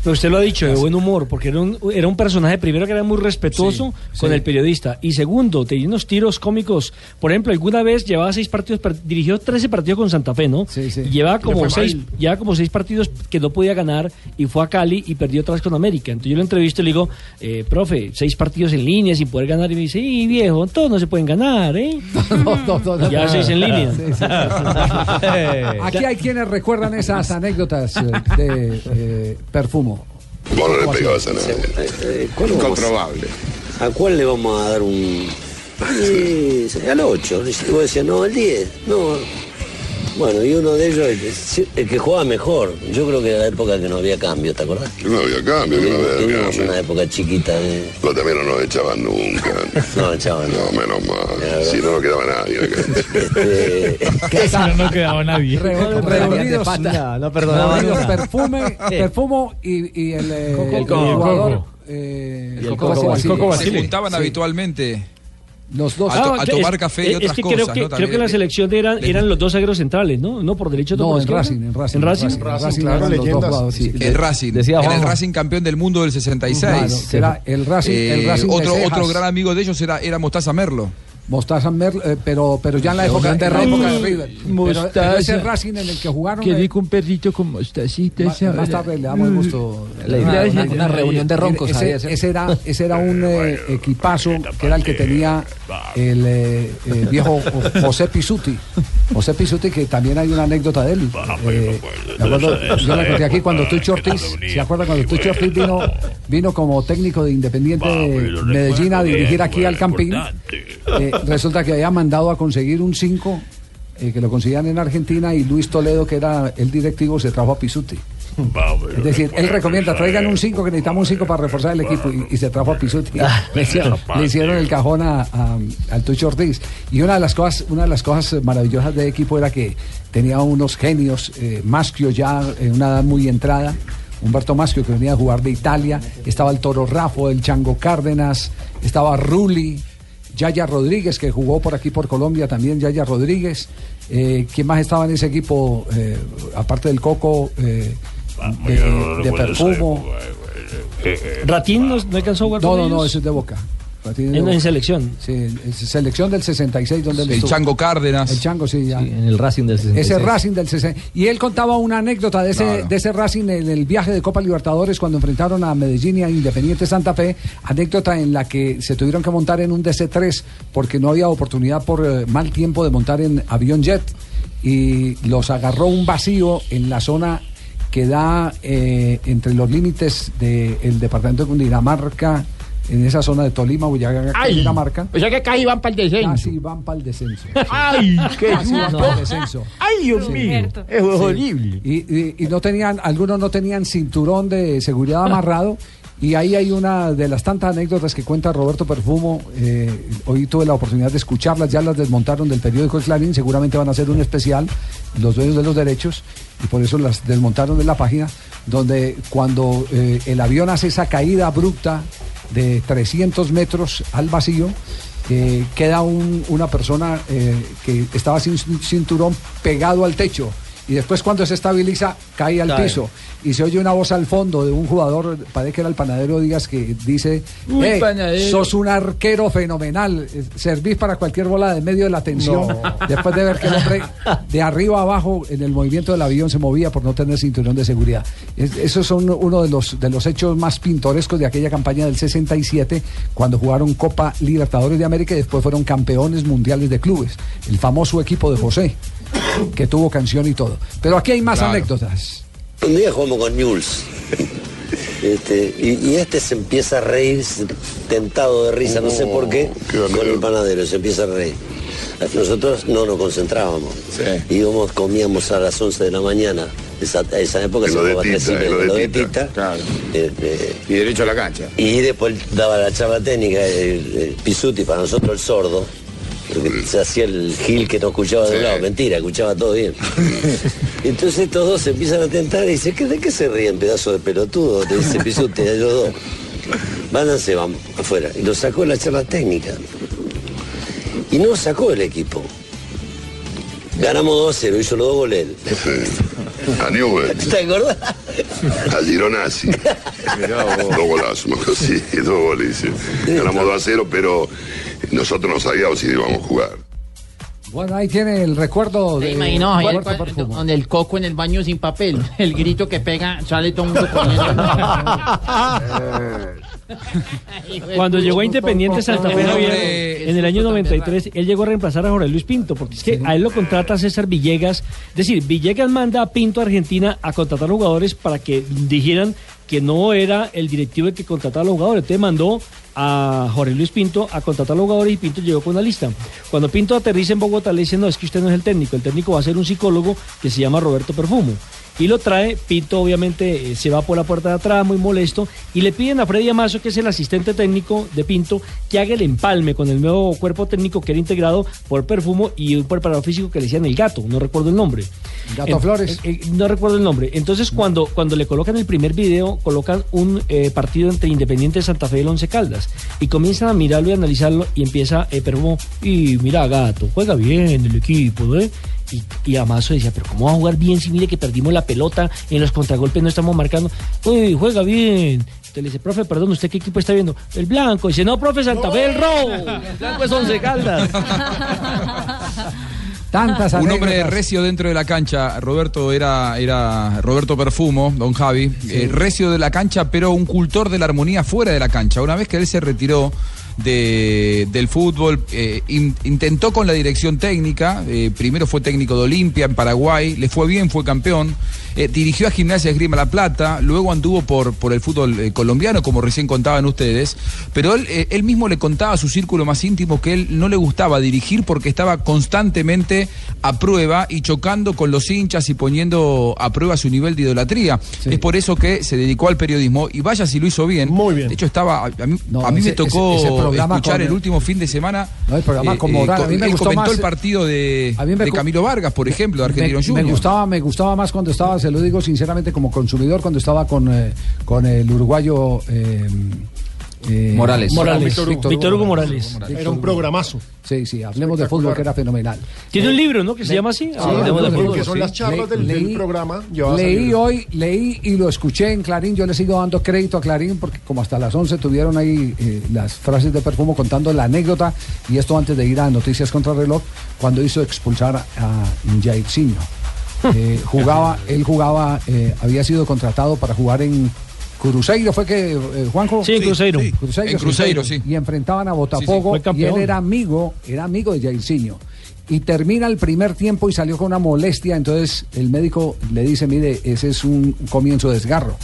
Speaker 13: Pero usted lo ha dicho, de buen humor, porque era un, era un personaje, primero, que era muy respetuoso
Speaker 3: Sí,
Speaker 13: con
Speaker 3: sí.
Speaker 13: el periodista, y segundo, tenía unos tiros cómicos. Por ejemplo, alguna vez llevaba seis partidos, per- dirigió 13 partidos con Santa Fe, ¿no? Y Llevaba
Speaker 3: Le
Speaker 13: como,
Speaker 3: fue
Speaker 13: seis,
Speaker 3: mal.
Speaker 13: llevaba como seis partidos que no podía ganar, y fue a Cali y perdió otra vez con América. Entonces yo lo entrevisto y le digo, eh, profe, seis partidos en línea sin poder ganar, y me dice, sí, viejo, todos no se pueden
Speaker 3: [LAUGHS]
Speaker 13: ganar, ¿eh? ya seis en línea.
Speaker 3: Sí, Ah, sí. Aquí hay quienes recuerdan esas anécdotas eh, de eh, perfumo.
Speaker 32: Vos no le pegabas a nadie. Incomprobable.
Speaker 31: ¿A cuál le vamos a dar un.? Eh, al 8. Y vos decías, no, al 10. No. Bueno, y uno de ellos, el, el que jugaba mejor. Yo creo que era la época que no había cambio, ¿te acordás?
Speaker 32: No había [LAUGHS] cambio, no había
Speaker 31: Teníamos
Speaker 32: cambio.
Speaker 31: una época chiquita de.
Speaker 32: Los también no nos echaban nunca.
Speaker 31: [LAUGHS] No, echaban.
Speaker 32: No, menos mal. Si no, no quedaba nadie. en la cancha.
Speaker 31: Este,
Speaker 22: Casi no quedaba nadie.
Speaker 3: Reunidos,
Speaker 4: No,
Speaker 3: perdonaban
Speaker 4: no perdonaban.
Speaker 3: perfume, perfumo y, y el, eh,
Speaker 14: Coco.
Speaker 3: el
Speaker 14: El Coco.
Speaker 3: jugador,
Speaker 14: El
Speaker 3: eh,
Speaker 14: Coco
Speaker 3: Coco
Speaker 14: Basile.
Speaker 3: Basile.
Speaker 14: Se juntaban
Speaker 3: Sí.
Speaker 14: habitualmente.
Speaker 3: Los dos.
Speaker 14: A, to-
Speaker 13: Ah,
Speaker 14: a
Speaker 13: que-
Speaker 14: tomar
Speaker 13: es-
Speaker 14: café
Speaker 13: es
Speaker 14: y otras
Speaker 13: que
Speaker 14: cosas.
Speaker 13: Creo que,
Speaker 14: ¿no?
Speaker 13: creo que
Speaker 14: También.
Speaker 13: la selección de eran,
Speaker 14: le-
Speaker 13: eran los dos agueros centrales, ¿no? Uno por derecho, otro
Speaker 14: No,
Speaker 13: por
Speaker 14: en
Speaker 13: izquierda.
Speaker 14: Racing, en Racing,
Speaker 13: ¿En
Speaker 14: en
Speaker 13: Racing?
Speaker 14: Racing, Racing, claro,
Speaker 13: eran los dos
Speaker 14: leyendas.
Speaker 13: jugadores, sí.
Speaker 14: El Racing,
Speaker 13: Decía
Speaker 14: en el
Speaker 13: Juanjo.
Speaker 14: Racing campeón del mundo del 66.
Speaker 3: Claro, será el Racing- el Racing de
Speaker 14: Eh, otro,
Speaker 3: Cejas.
Speaker 14: otro gran amigo de ellos era, era Mostaza Merlo.
Speaker 3: Mostaza Merlo, eh, pero, pero ya en la época,
Speaker 14: Grande
Speaker 3: en la época de
Speaker 14: Racing.
Speaker 3: River. Pero,
Speaker 14: Mostaza.
Speaker 3: pero ese Racing en el que jugaron.
Speaker 14: Qué
Speaker 3: eh,
Speaker 14: rico
Speaker 19: un perrito con mostacita.
Speaker 3: más,
Speaker 19: esa-
Speaker 3: más tarde le damos el gusto.
Speaker 19: Mm. La
Speaker 3: Una-
Speaker 19: idea es-
Speaker 3: una- una reunión de roncos.
Speaker 19: Ese-
Speaker 3: Ese, ese era, ese era un eh, equipazo que era el que tenía el eh, eh, viejo Jo- José Pisuti. José Pisuti, que también hay una anécdota de él. Eh, me acuerdo- yo la conté aquí cuando Tucho Ortiz, ¿se acuerda cuando Tucho Ortiz vino, vino como técnico de Independiente de Medellín a dirigir aquí al Campín? Eh, resulta que había mandado a conseguir un 5 que lo conseguían en Argentina y Luis Toledo, que era el directivo, se trajo a Pisuti. Es decir, él recomienda, traigan un 5, que necesitamos un 5 para reforzar el equipo. Y, y se trajo a Pisuti. [LAUGHS] Le hicieron, le hicieron el cajón a, a- al Tucho Ortiz. Y una de las cosas, una de las cosas maravillosas del equipo era que tenía unos genios, eh, Maschio ya en una edad muy entrada. Humberto Maschio, que venía a jugar de Italia, estaba el Toro Raffo, el Chango Cárdenas, estaba Rulli, Yaya Rodríguez, que jugó por aquí por Colombia también, Yaya Rodríguez. Eh, ¿Quién más estaba en ese equipo, eh, aparte del Coco, eh, de, de Perfumo? eh.
Speaker 13: ¿Ratín no, no alcanzó a jugar
Speaker 3: No,
Speaker 13: con
Speaker 3: no, no,
Speaker 13: ellos?
Speaker 3: eso es de Boca. Ratín de
Speaker 13: Él no es en
Speaker 3: Boca.
Speaker 13: selección.
Speaker 3: Sí, es selección del 66, donde él
Speaker 14: El
Speaker 3: estuvo.
Speaker 14: Chango Cárdenas.
Speaker 3: El Chango, sí, ya.
Speaker 14: en el Racing del
Speaker 3: Ese Racing del 60. Y él contaba una anécdota de ese,
Speaker 14: Claro.
Speaker 3: de ese Racing en el viaje de Copa Libertadores cuando enfrentaron a Medellín y a Independiente Santa Fe. Anécdota en la que se tuvieron que montar en un DC-3 porque no había oportunidad por eh, mal tiempo de montar en avión jet. Y los agarró un vacío en la zona que da eh, entre los límites del departamento de Cundinamarca, en esa zona de Tolima, Boyacá,
Speaker 19: Ay.
Speaker 3: Cundinamarca.
Speaker 19: O sea que acá iban para el descenso.
Speaker 3: Casi Ah, van para el descenso.
Speaker 19: Ay, qué
Speaker 3: Casi van
Speaker 19: susto.
Speaker 3: para el descenso.
Speaker 19: Ay, Dios mío. Eso es
Speaker 3: Sí.
Speaker 19: horrible.
Speaker 3: Y, y- y no tenían, algunos no tenían cinturón de seguridad amarrado. Y ahí hay una de las tantas anécdotas que cuenta Roberto Perfumo. eh, hoy tuve la oportunidad de escucharlas, ya las desmontaron del periódico El Clarín. Seguramente van a hacer un especial, los dueños de los derechos, y por eso las desmontaron de la página. Donde cuando eh, el avión hace esa caída abrupta de 300 metros al vacío, eh, queda un- una persona eh, que estaba sin cin- cinturón pegado al techo. Y después cuando se estabiliza, cae al
Speaker 2: Cae.
Speaker 3: piso. Y se oye una voz al fondo de un jugador, parece que era el panadero Díaz, que dice,
Speaker 2: Uy,
Speaker 3: "Eh,
Speaker 2: panadero".
Speaker 3: sos un arquero fenomenal, eh, servís para cualquier bola de medio de la tensión. Después de ver que el hombre de arriba a abajo en el movimiento del avión se movía por no tener cinturón de seguridad. Es- esos son uno de los, de los hechos más pintorescos de aquella campaña del 67, cuando jugaron Copa Libertadores de América y después fueron campeones mundiales de clubes. El famoso equipo de José, que tuvo canción y todo. Pero aquí hay más
Speaker 31: Claro.
Speaker 3: anécdotas.
Speaker 31: Un día jugamos con
Speaker 32: [LAUGHS]
Speaker 31: Newell's. Este, y, y este se empieza a reír, se- tentado de risa, no sé por qué,
Speaker 32: Oh,
Speaker 31: con el panadero, se empieza a reír. Nosotros no nos concentrábamos. Íbamos, comíamos a las 11 de la mañana. Esa, a esa época
Speaker 32: El
Speaker 31: se jugaba
Speaker 32: Odetita,
Speaker 31: tres y
Speaker 32: el
Speaker 31: media, el
Speaker 32: Odetita,
Speaker 31: Odetita. Este,
Speaker 32: Y derecho a la cancha.
Speaker 31: y después daba la charla técnica, el, el Pisuti, para nosotros el sordo, porque se hacía el gil que no escuchaba de un
Speaker 32: Sí.
Speaker 31: lado, mentira, escuchaba todo bien. Entonces estos dos se empiezan a tentar y dicen, "¿Qué- ¿de qué se ríen, pedazo de pelotudo? Te dice Pisuti, a ellos dos. Váyanse, vamos, afuera. Y lo sacó de la charla técnica. Y no sacó el equipo. [LAUGHS] Ganamos 2-0, hizo los dos goles. él.
Speaker 32: A Newell,
Speaker 31: ¿Te acordás?
Speaker 32: a Gironazzi. dos golazos, una cosa así, dos goles. sí. Ganamos 2 a 0, pero nosotros no sabíamos si íbamos a jugar.
Speaker 3: Bueno, ahí tiene el recuerdo de
Speaker 19: Te imagino Javier,
Speaker 3: Roberto
Speaker 19: cuando-
Speaker 3: Perfumo.
Speaker 19: donde el coco en el baño sin
Speaker 21: [LAUGHS]
Speaker 19: papel, el grito que pega, sale todo el mundo corriendo.
Speaker 13: Cuando llegó a Independiente Santa Fe, Javier, en el año 93, él llegó a reemplazar a Jorge Luis Pinto, porque es que a él lo contrata César Villegas. Es decir, Villegas manda a Pinto a Argentina a contratar jugadores para que dijeran que no era el directivo el que contrataba a los jugadores. Te mandó a Jorge Luis Pinto a contratar a los jugadores y Pinto llegó con una lista. Cuando Pinto aterriza en Bogotá le dicen, no, es que usted no es el técnico, el técnico va a ser un psicólogo que se llama Roberto Perfumo. Y lo trae, Pinto obviamente eh, se va por la puerta de atrás, muy molesto, y le piden a Freddy Amazo, que es el asistente técnico de Pinto, que haga el empalme con el nuevo cuerpo técnico que era integrado por Perfumo y un preparador físico que le decían el gato, no recuerdo el nombre.
Speaker 3: Gato
Speaker 13: [LAUGHS]
Speaker 3: Flores.
Speaker 13: eh, no recuerdo el nombre. Entonces, cuando, cuando le colocan el primer video, colocan un eh, partido entre Independiente de Santa Fe y el Once Caldas. Y comienzan a mirarlo y analizarlo. Y empieza eh, Perfumo, y mira, gato, juega bien el equipo, ¿eh? Y, y Amazo decía, pero ¿cómo va a jugar bien si mire que perdimos la pelota, en los contragolpes no estamos marcando? Uy, juega bien. Entonces le dice, profe, perdón, ¿usted qué equipo está viendo? El blanco. dice, no, profe, Santa Fe, el rojo. El blanco es Once Caldas.
Speaker 3: Tantas
Speaker 14: Un hombre
Speaker 3: anécdotas.
Speaker 14: recio dentro de la cancha, Roberto era, era Roberto Perfumo, don Javi, eh, recio de la cancha, pero un cultor de la armonía fuera de la cancha. Una vez que él se retiró de- del fútbol, eh, in- intentó con la dirección técnica, eh, primero fue técnico de Olimpia en Paraguay, le fue bien, fue campeón, eh, dirigió a Gimnasia Esgrima La Plata, luego anduvo por, por el fútbol eh, colombiano, como recién contaban ustedes, pero él, eh, él mismo le contaba a su círculo más íntimo que él no le gustaba dirigir porque estaba constantemente a prueba y chocando con los hinchas y poniendo a prueba su nivel de idolatría. Es por eso que se dedicó al periodismo y vaya si lo hizo bien. Muy bien. De hecho, estaba. A mí,
Speaker 3: No,
Speaker 14: a mí
Speaker 3: ese-
Speaker 14: me tocó
Speaker 3: ese- ese programa
Speaker 14: escuchar
Speaker 3: con-
Speaker 14: el último fin de semana.
Speaker 3: No, el programa con Morán, a mí me
Speaker 14: él
Speaker 3: gustó
Speaker 14: Eh, comentó
Speaker 3: más-
Speaker 14: el partido de,
Speaker 3: a mí me
Speaker 14: de
Speaker 3: cu-
Speaker 14: Camilo Vargas, por ejemplo, de
Speaker 3: me,
Speaker 14: Argentino
Speaker 3: me
Speaker 14: Junior.
Speaker 3: gustaba me gustaba más cuando estaba se lo digo sinceramente como consumidor cuando estaba con eh, con el uruguayo eh, eh,
Speaker 7: Morales. Morales.
Speaker 17: Víctor Hugo Morales. Era un programazo.
Speaker 3: Sí, sí, hablemos de fútbol que era fenomenal.
Speaker 13: Tiene un libro, ¿no? Que se llama así. Hablemos de
Speaker 3: Hablemos de
Speaker 13: fútbol,
Speaker 3: fútbol,
Speaker 17: que son
Speaker 3: sí.
Speaker 17: las charlas
Speaker 3: Le-
Speaker 17: del, del
Speaker 3: leí-
Speaker 17: programa. llevadas a
Speaker 3: Leí
Speaker 17: libros.
Speaker 3: hoy, leí y lo escuché en Clarín. Yo le sigo dando crédito a Clarín porque como hasta las 11 tuvieron ahí eh, las frases de perfumo contando la anécdota y esto antes de ir a Noticias contra reloj cuando hizo expulsar a Jairzinho. Eh, jugaba, él jugaba, eh, había sido contratado para jugar en Cruzeiro, ¿fue que eh, Juanjo?
Speaker 13: Sí, en Cruzeiro. Sí, sí.
Speaker 3: Cruzeiro,
Speaker 13: En Cruzeiro,
Speaker 3: Y enfrentaban a Botafogo y
Speaker 13: Fue
Speaker 3: él
Speaker 13: campeón.
Speaker 3: era amigo, era amigo de Jairzinho. y termina el primer tiempo y salió con una molestia, entonces el médico le dice, mire, ese es un comienzo de desgarro,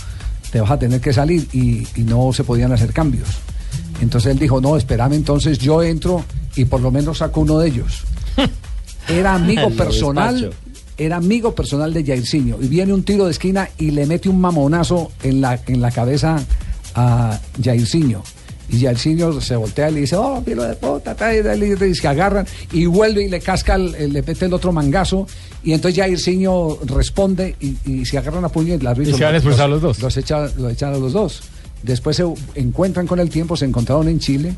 Speaker 3: te vas a tener que salir y, y no se podían hacer cambios. Entonces él dijo, no, espérame, entonces yo entro y por lo menos saco uno de ellos. Era amigo
Speaker 2: Lo
Speaker 3: personal,
Speaker 2: despacho.
Speaker 3: era amigo personal de Jairzinho y viene un tiro de esquina y le mete un mamonazo en la, en la cabeza a Jairzinho. Y Jairzinho se voltea y le dice, oh, pilo de puta, ta, y dale, y se agarran y vuelve y le casca, el- el- le mete el otro mangazo. Y entonces Jairzinho responde y, y se agarran a puño y la
Speaker 22: Y se van a expulsar los dos.
Speaker 3: Los, echa- los echan a los dos. Después se encuentran con el tiempo, se encontraron en Chile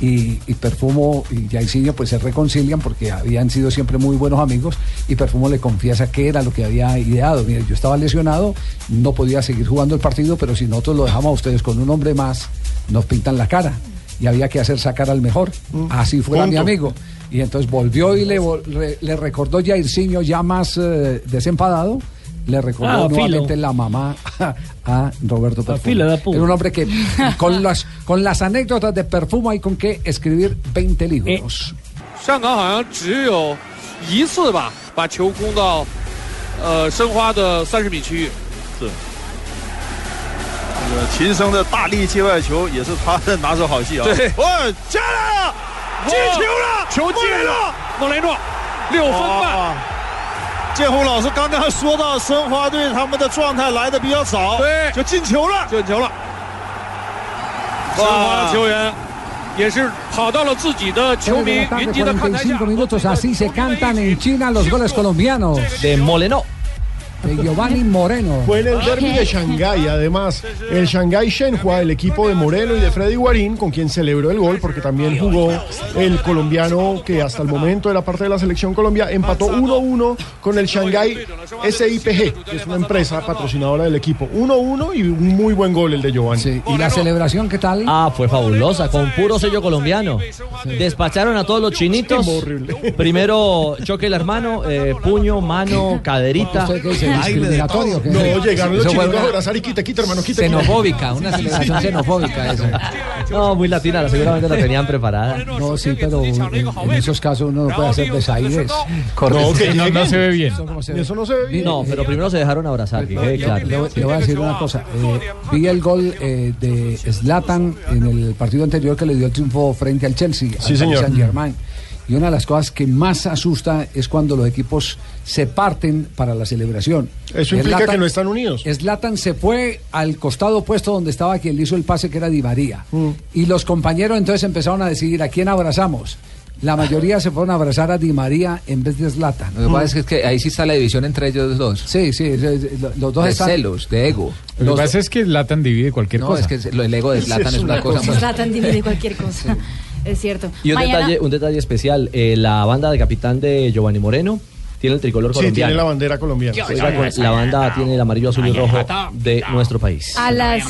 Speaker 3: y, y Perfumo y Jairzinho pues se reconcilian porque habían sido siempre muy buenos amigos y Perfumo le confiesa que era lo que había ideado. Mire, yo estaba lesionado, no podía seguir jugando el partido, pero si nosotros lo dejamos a ustedes con un hombre más, nos pintan la cara y había que hacer sacar al mejor. Así fuera mi
Speaker 27: Punto.
Speaker 3: amigo. Y entonces volvió y le, vol- re- le recordó Jairzinho ya más eh, desenfadado. Le recordó
Speaker 13: Ah, filo.
Speaker 3: nuevamente la mamá a, Roberto Perfumo.
Speaker 13: fila de
Speaker 3: Era un hombre que con las, con las anécdotas de Perfumo hay con qué escribir 20 libros.
Speaker 20: 上港好像只有一次吧，把球攻到呃申花的三十米区域。
Speaker 11: 是。这个秦升的大力界外球也是他的拿手好戏啊。
Speaker 20: 对
Speaker 11: 哇，加来了，进球了，球进了，
Speaker 20: 莫雷诺六分半。
Speaker 11: 建宏老师刚刚说到申花队他们的状态来的比较早，对，就进球了，
Speaker 20: 进球了。申花球员也是跑到了自己的球
Speaker 3: Tres
Speaker 20: 迷
Speaker 3: de la
Speaker 20: 云
Speaker 3: tarde,
Speaker 20: 集的看台下
Speaker 3: 45。minutos, así se cantan en China los goles colombianos.
Speaker 20: De
Speaker 3: Moleno. De Giovanni Moreno.
Speaker 17: Fue en el derby de Shanghái, además. El Shanghái Shenhua, el equipo de Moreno y de Freddy Guarín, con quien celebró el gol, porque también jugó el colombiano que hasta el momento era parte de la selección Colombia, empató 1-1 con el Shanghái SIPG, que es una empresa patrocinadora del equipo. 1-1 y un muy buen gol el de Giovanni.
Speaker 3: ¿Y la celebración qué tal?
Speaker 2: Ah, fue [LAUGHS] fabulosa, con puro sello colombiano. Despacharon a todos los chinitos. Primero choque el hermano, eh, puño, mano, caderita.
Speaker 3: ¿Usted qué dice,
Speaker 2: Baile de todo.
Speaker 3: discriminatorio? ¿Qué?
Speaker 20: No,
Speaker 17: llegaron los
Speaker 2: Eso fue
Speaker 17: chicos a
Speaker 2: una-
Speaker 17: abrazar y quita, quita, hermano, quita. quita.
Speaker 2: Xenofóbica, una celebración
Speaker 17: Sí.
Speaker 2: xenofóbica eso. No, muy latina, seguramente la tenían preparada.
Speaker 3: No, sí, pero en, en esos casos uno no puede hacer desaires.
Speaker 2: Correcto.
Speaker 17: Eso no se ve bien.
Speaker 2: No, pero primero se dejaron abrazar,
Speaker 3: Eh,
Speaker 2: que quede claro.
Speaker 3: Le, le voy a decir una cosa. eh, vi el gol eh, de Zlatan en el partido anterior que le dio el triunfo frente al Chelsea, al
Speaker 20: Sí,
Speaker 3: Paris
Speaker 20: señor.
Speaker 3: Saint-Germain. Y una de las cosas que más asusta es cuando los equipos se parten para la celebración.
Speaker 17: [LAUGHS] Eso implica
Speaker 3: Zlatan-
Speaker 17: que no están unidos.
Speaker 3: Zlatan se fue al costado opuesto donde estaba quien le hizo el pase, que era Di María.
Speaker 22: Mm.
Speaker 3: Y los compañeros entonces empezaron a decidir a quién abrazamos. La mayoría se fueron a abrazar a Di María en vez de Zlatan.
Speaker 22: Mm.
Speaker 7: Lo que pasa es que- es que ahí sí está la división entre ellos dos.
Speaker 3: Sí, sí, los dos
Speaker 7: de
Speaker 3: están-
Speaker 7: celos, de ego.
Speaker 22: Lo
Speaker 7: Los-
Speaker 22: que pasa es que Latan divide cualquier
Speaker 7: No,
Speaker 22: cosa.
Speaker 7: es que se- lo- el ego de Zlatan es una cosa
Speaker 2: cosa.
Speaker 6: Zlatan divide cualquier cosa. Es cierto.
Speaker 2: Y un
Speaker 6: Mañana-
Speaker 2: detalle, un detalle especial, eh, la banda de capitán de Giovanni Moreno tiene el tricolor
Speaker 17: Sí, tiene la
Speaker 2: colombiano.
Speaker 17: bandera colombiana.
Speaker 2: Juega con- la banda tiene el amarillo, azul y rojo de nuestro país.
Speaker 6: A las,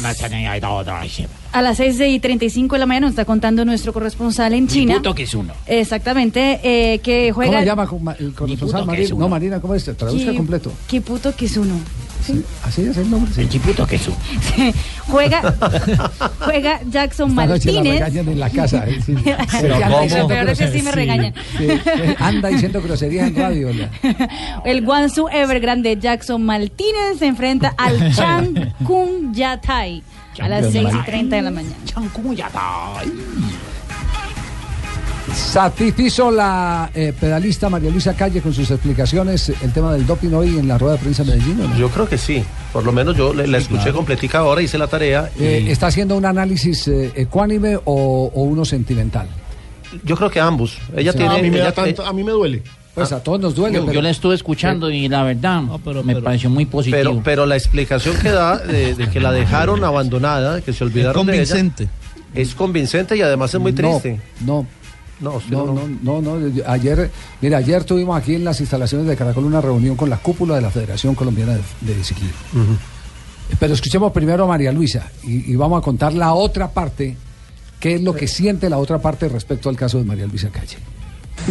Speaker 6: a las 6 y 35 de la mañana nos está contando nuestro corresponsal en China.
Speaker 3: que es uno.
Speaker 6: Exactamente, eh, que
Speaker 3: ¿Cómo
Speaker 6: juega.
Speaker 3: se llama con- el corresponsal
Speaker 6: Ni puto que es
Speaker 3: Marina?
Speaker 6: uno.
Speaker 3: No, Marina, ¿cómo es? Traduzca
Speaker 6: Ki-
Speaker 3: completo.
Speaker 6: Kiputo Kizuno. ¿sí?
Speaker 3: ¿Así es el nombre? El chiputo que es uno.
Speaker 6: juega, juega Jackson
Speaker 3: Esta noche la
Speaker 6: Martínez.
Speaker 3: regañan en la casa. ¿eh?
Speaker 6: [LAUGHS]
Speaker 3: Sí.
Speaker 6: Pero
Speaker 3: Sí, anda
Speaker 6: ¿cómo?
Speaker 3: diciendo
Speaker 6: Peor es que sí me
Speaker 3: groserías.
Speaker 6: regañan.
Speaker 3: sí. eh, Anda diciendo groserías en radio. ya.
Speaker 6: El Guangzhou Evergrande Jackson Martínez se enfrenta
Speaker 3: [LAUGHS]
Speaker 6: al Chan Kun Yatai a las 6 y 30 de la mañana.
Speaker 3: Satisfizo la eh, pedalista María Luisa Calle con sus explicaciones el tema del doping hoy en la rueda de prensa de Medellín. ¿o no?
Speaker 4: Yo creo que sí. Por lo menos yo le- la escuché completica ahora, hice la tarea. y
Speaker 3: Eh, ¿Está haciendo un análisis eh, ecuánime o, o uno sentimental?
Speaker 4: Yo creo que ambos. Ella
Speaker 3: Sí.
Speaker 4: tiene.
Speaker 3: A mí me da
Speaker 4: ella-
Speaker 3: tanto-
Speaker 4: eh, a mí me duele.
Speaker 3: Pues a todos nos duele.
Speaker 4: Yo- yo
Speaker 3: pero-
Speaker 4: la
Speaker 21: Estuve escuchando y la verdad me pareció muy positivo.
Speaker 4: Pero, pero la explicación que da de, de que la dejaron abandonada, de que se olvidaron de ella,
Speaker 11: convincente.
Speaker 4: es convincente y además es muy triste.
Speaker 3: No,
Speaker 4: no, usted
Speaker 3: no,
Speaker 4: no,
Speaker 3: no, no, no, yo- Ayer, mira, ayer tuvimos aquí en las instalaciones de Caracol una reunión con la cúpula de la Federación Colombiana de, de Ciclismo. Eh, Pero escuchemos primero a María Luisa y, y vamos a contar la otra parte, qué es lo que siente la otra parte respecto al caso de María Luisa Calle.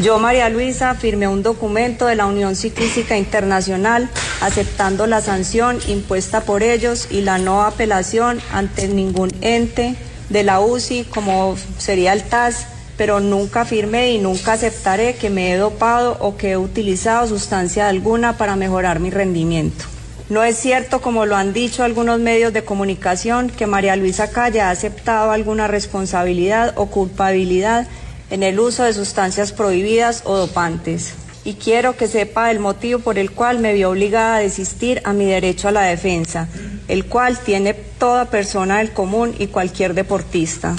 Speaker 33: Yo, María Luisa, firmé un documento de la Unión Ciclística Internacional aceptando la sanción impuesta por ellos y la no apelación ante ningún ente de la UCI, como sería el TAS, pero nunca firmé y nunca aceptaré que me he dopado o que he utilizado sustancia alguna para mejorar mi rendimiento. No es cierto, como lo han dicho algunos medios de comunicación, que María Luisa Calle ha aceptado alguna responsabilidad o culpabilidad en el uso de sustancias prohibidas o dopantes. Y quiero que sepa el motivo por el cual me vi obligada a desistir a mi derecho a la defensa, el cual tiene toda persona del común y cualquier deportista.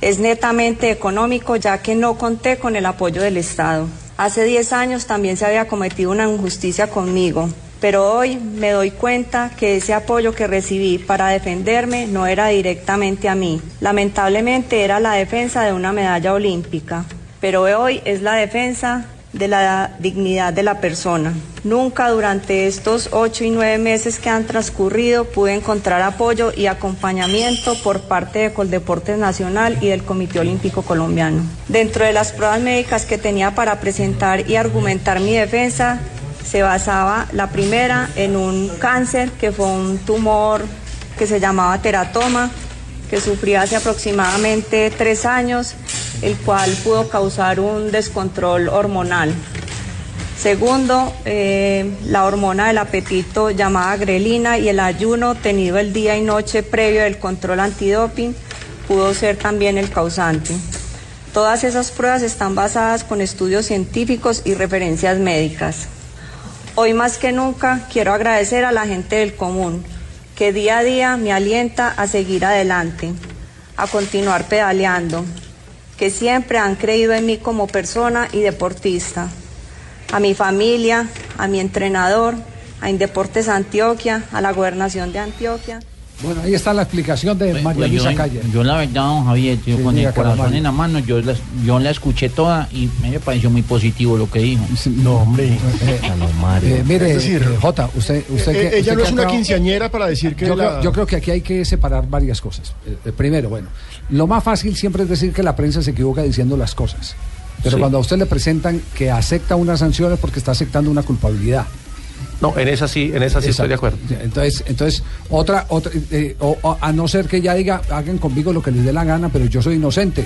Speaker 33: Es netamente económico ya que no conté con el apoyo del Estado. Hace 10 años también se había cometido una injusticia conmigo, pero hoy me doy cuenta que ese apoyo que recibí para defenderme no era directamente a mí. Lamentablemente era la defensa de una medalla olímpica, pero hoy es la defensa de la dignidad de la persona. Nunca durante estos ocho y nueve meses que han transcurrido pude encontrar apoyo y acompañamiento por parte de Coldeportes Nacional y del Comité Olímpico Colombiano. Dentro de las pruebas médicas que tenía para presentar y argumentar mi defensa, se basaba la primera en un cáncer que fue un tumor que se llamaba teratoma, que sufrí hace aproximadamente tres años, el cual pudo causar un descontrol hormonal. Segundo, eh, la hormona del apetito llamada grelina y el ayuno tenido el día y noche previo del control antidoping pudo ser también el causante. Todas esas pruebas están basadas con estudios científicos y referencias médicas. Hoy más que nunca quiero agradecer a la gente del común, que día a día me alienta a seguir adelante, a continuar pedaleando, que siempre han creído en mí como persona y deportista, a mi familia, a mi entrenador, a Indeportes Antioquia, a la gobernación de Antioquia.
Speaker 3: Bueno, ahí está la explicación de María
Speaker 21: Pues
Speaker 3: Luisa
Speaker 21: yo,
Speaker 3: Calle.
Speaker 21: yo la verdad, don Javier, yo
Speaker 3: Sí,
Speaker 21: con
Speaker 3: diga,
Speaker 21: el corazón
Speaker 3: Caraballo.
Speaker 21: en la mano, yo la, yo la escuché toda y me pareció muy positivo lo que dijo.
Speaker 3: No, hombre.
Speaker 17: [LAUGHS]
Speaker 3: Eh, mire,
Speaker 17: Es decir,
Speaker 3: eh, Jota, usted, usted
Speaker 17: eh,
Speaker 3: que-
Speaker 17: ella
Speaker 3: usted
Speaker 17: no
Speaker 3: que
Speaker 17: es
Speaker 3: ha
Speaker 17: una
Speaker 3: entrado-
Speaker 17: quinceañera para decir que
Speaker 3: yo,
Speaker 17: la-
Speaker 3: creo, yo creo que aquí hay que separar varias cosas. Eh, eh, primero, bueno, lo más fácil siempre es decir que la prensa se equivoca diciendo las cosas. Pero
Speaker 4: Sí.
Speaker 3: cuando a usted le presentan que acepta unas sanciones porque está aceptando una culpabilidad.
Speaker 4: No, en esa sí, en esa sí estoy de acuerdo.
Speaker 3: Entonces, entonces otra, otra eh, o- o a no ser que ya diga, hagan conmigo lo que les dé la gana, pero yo soy inocente.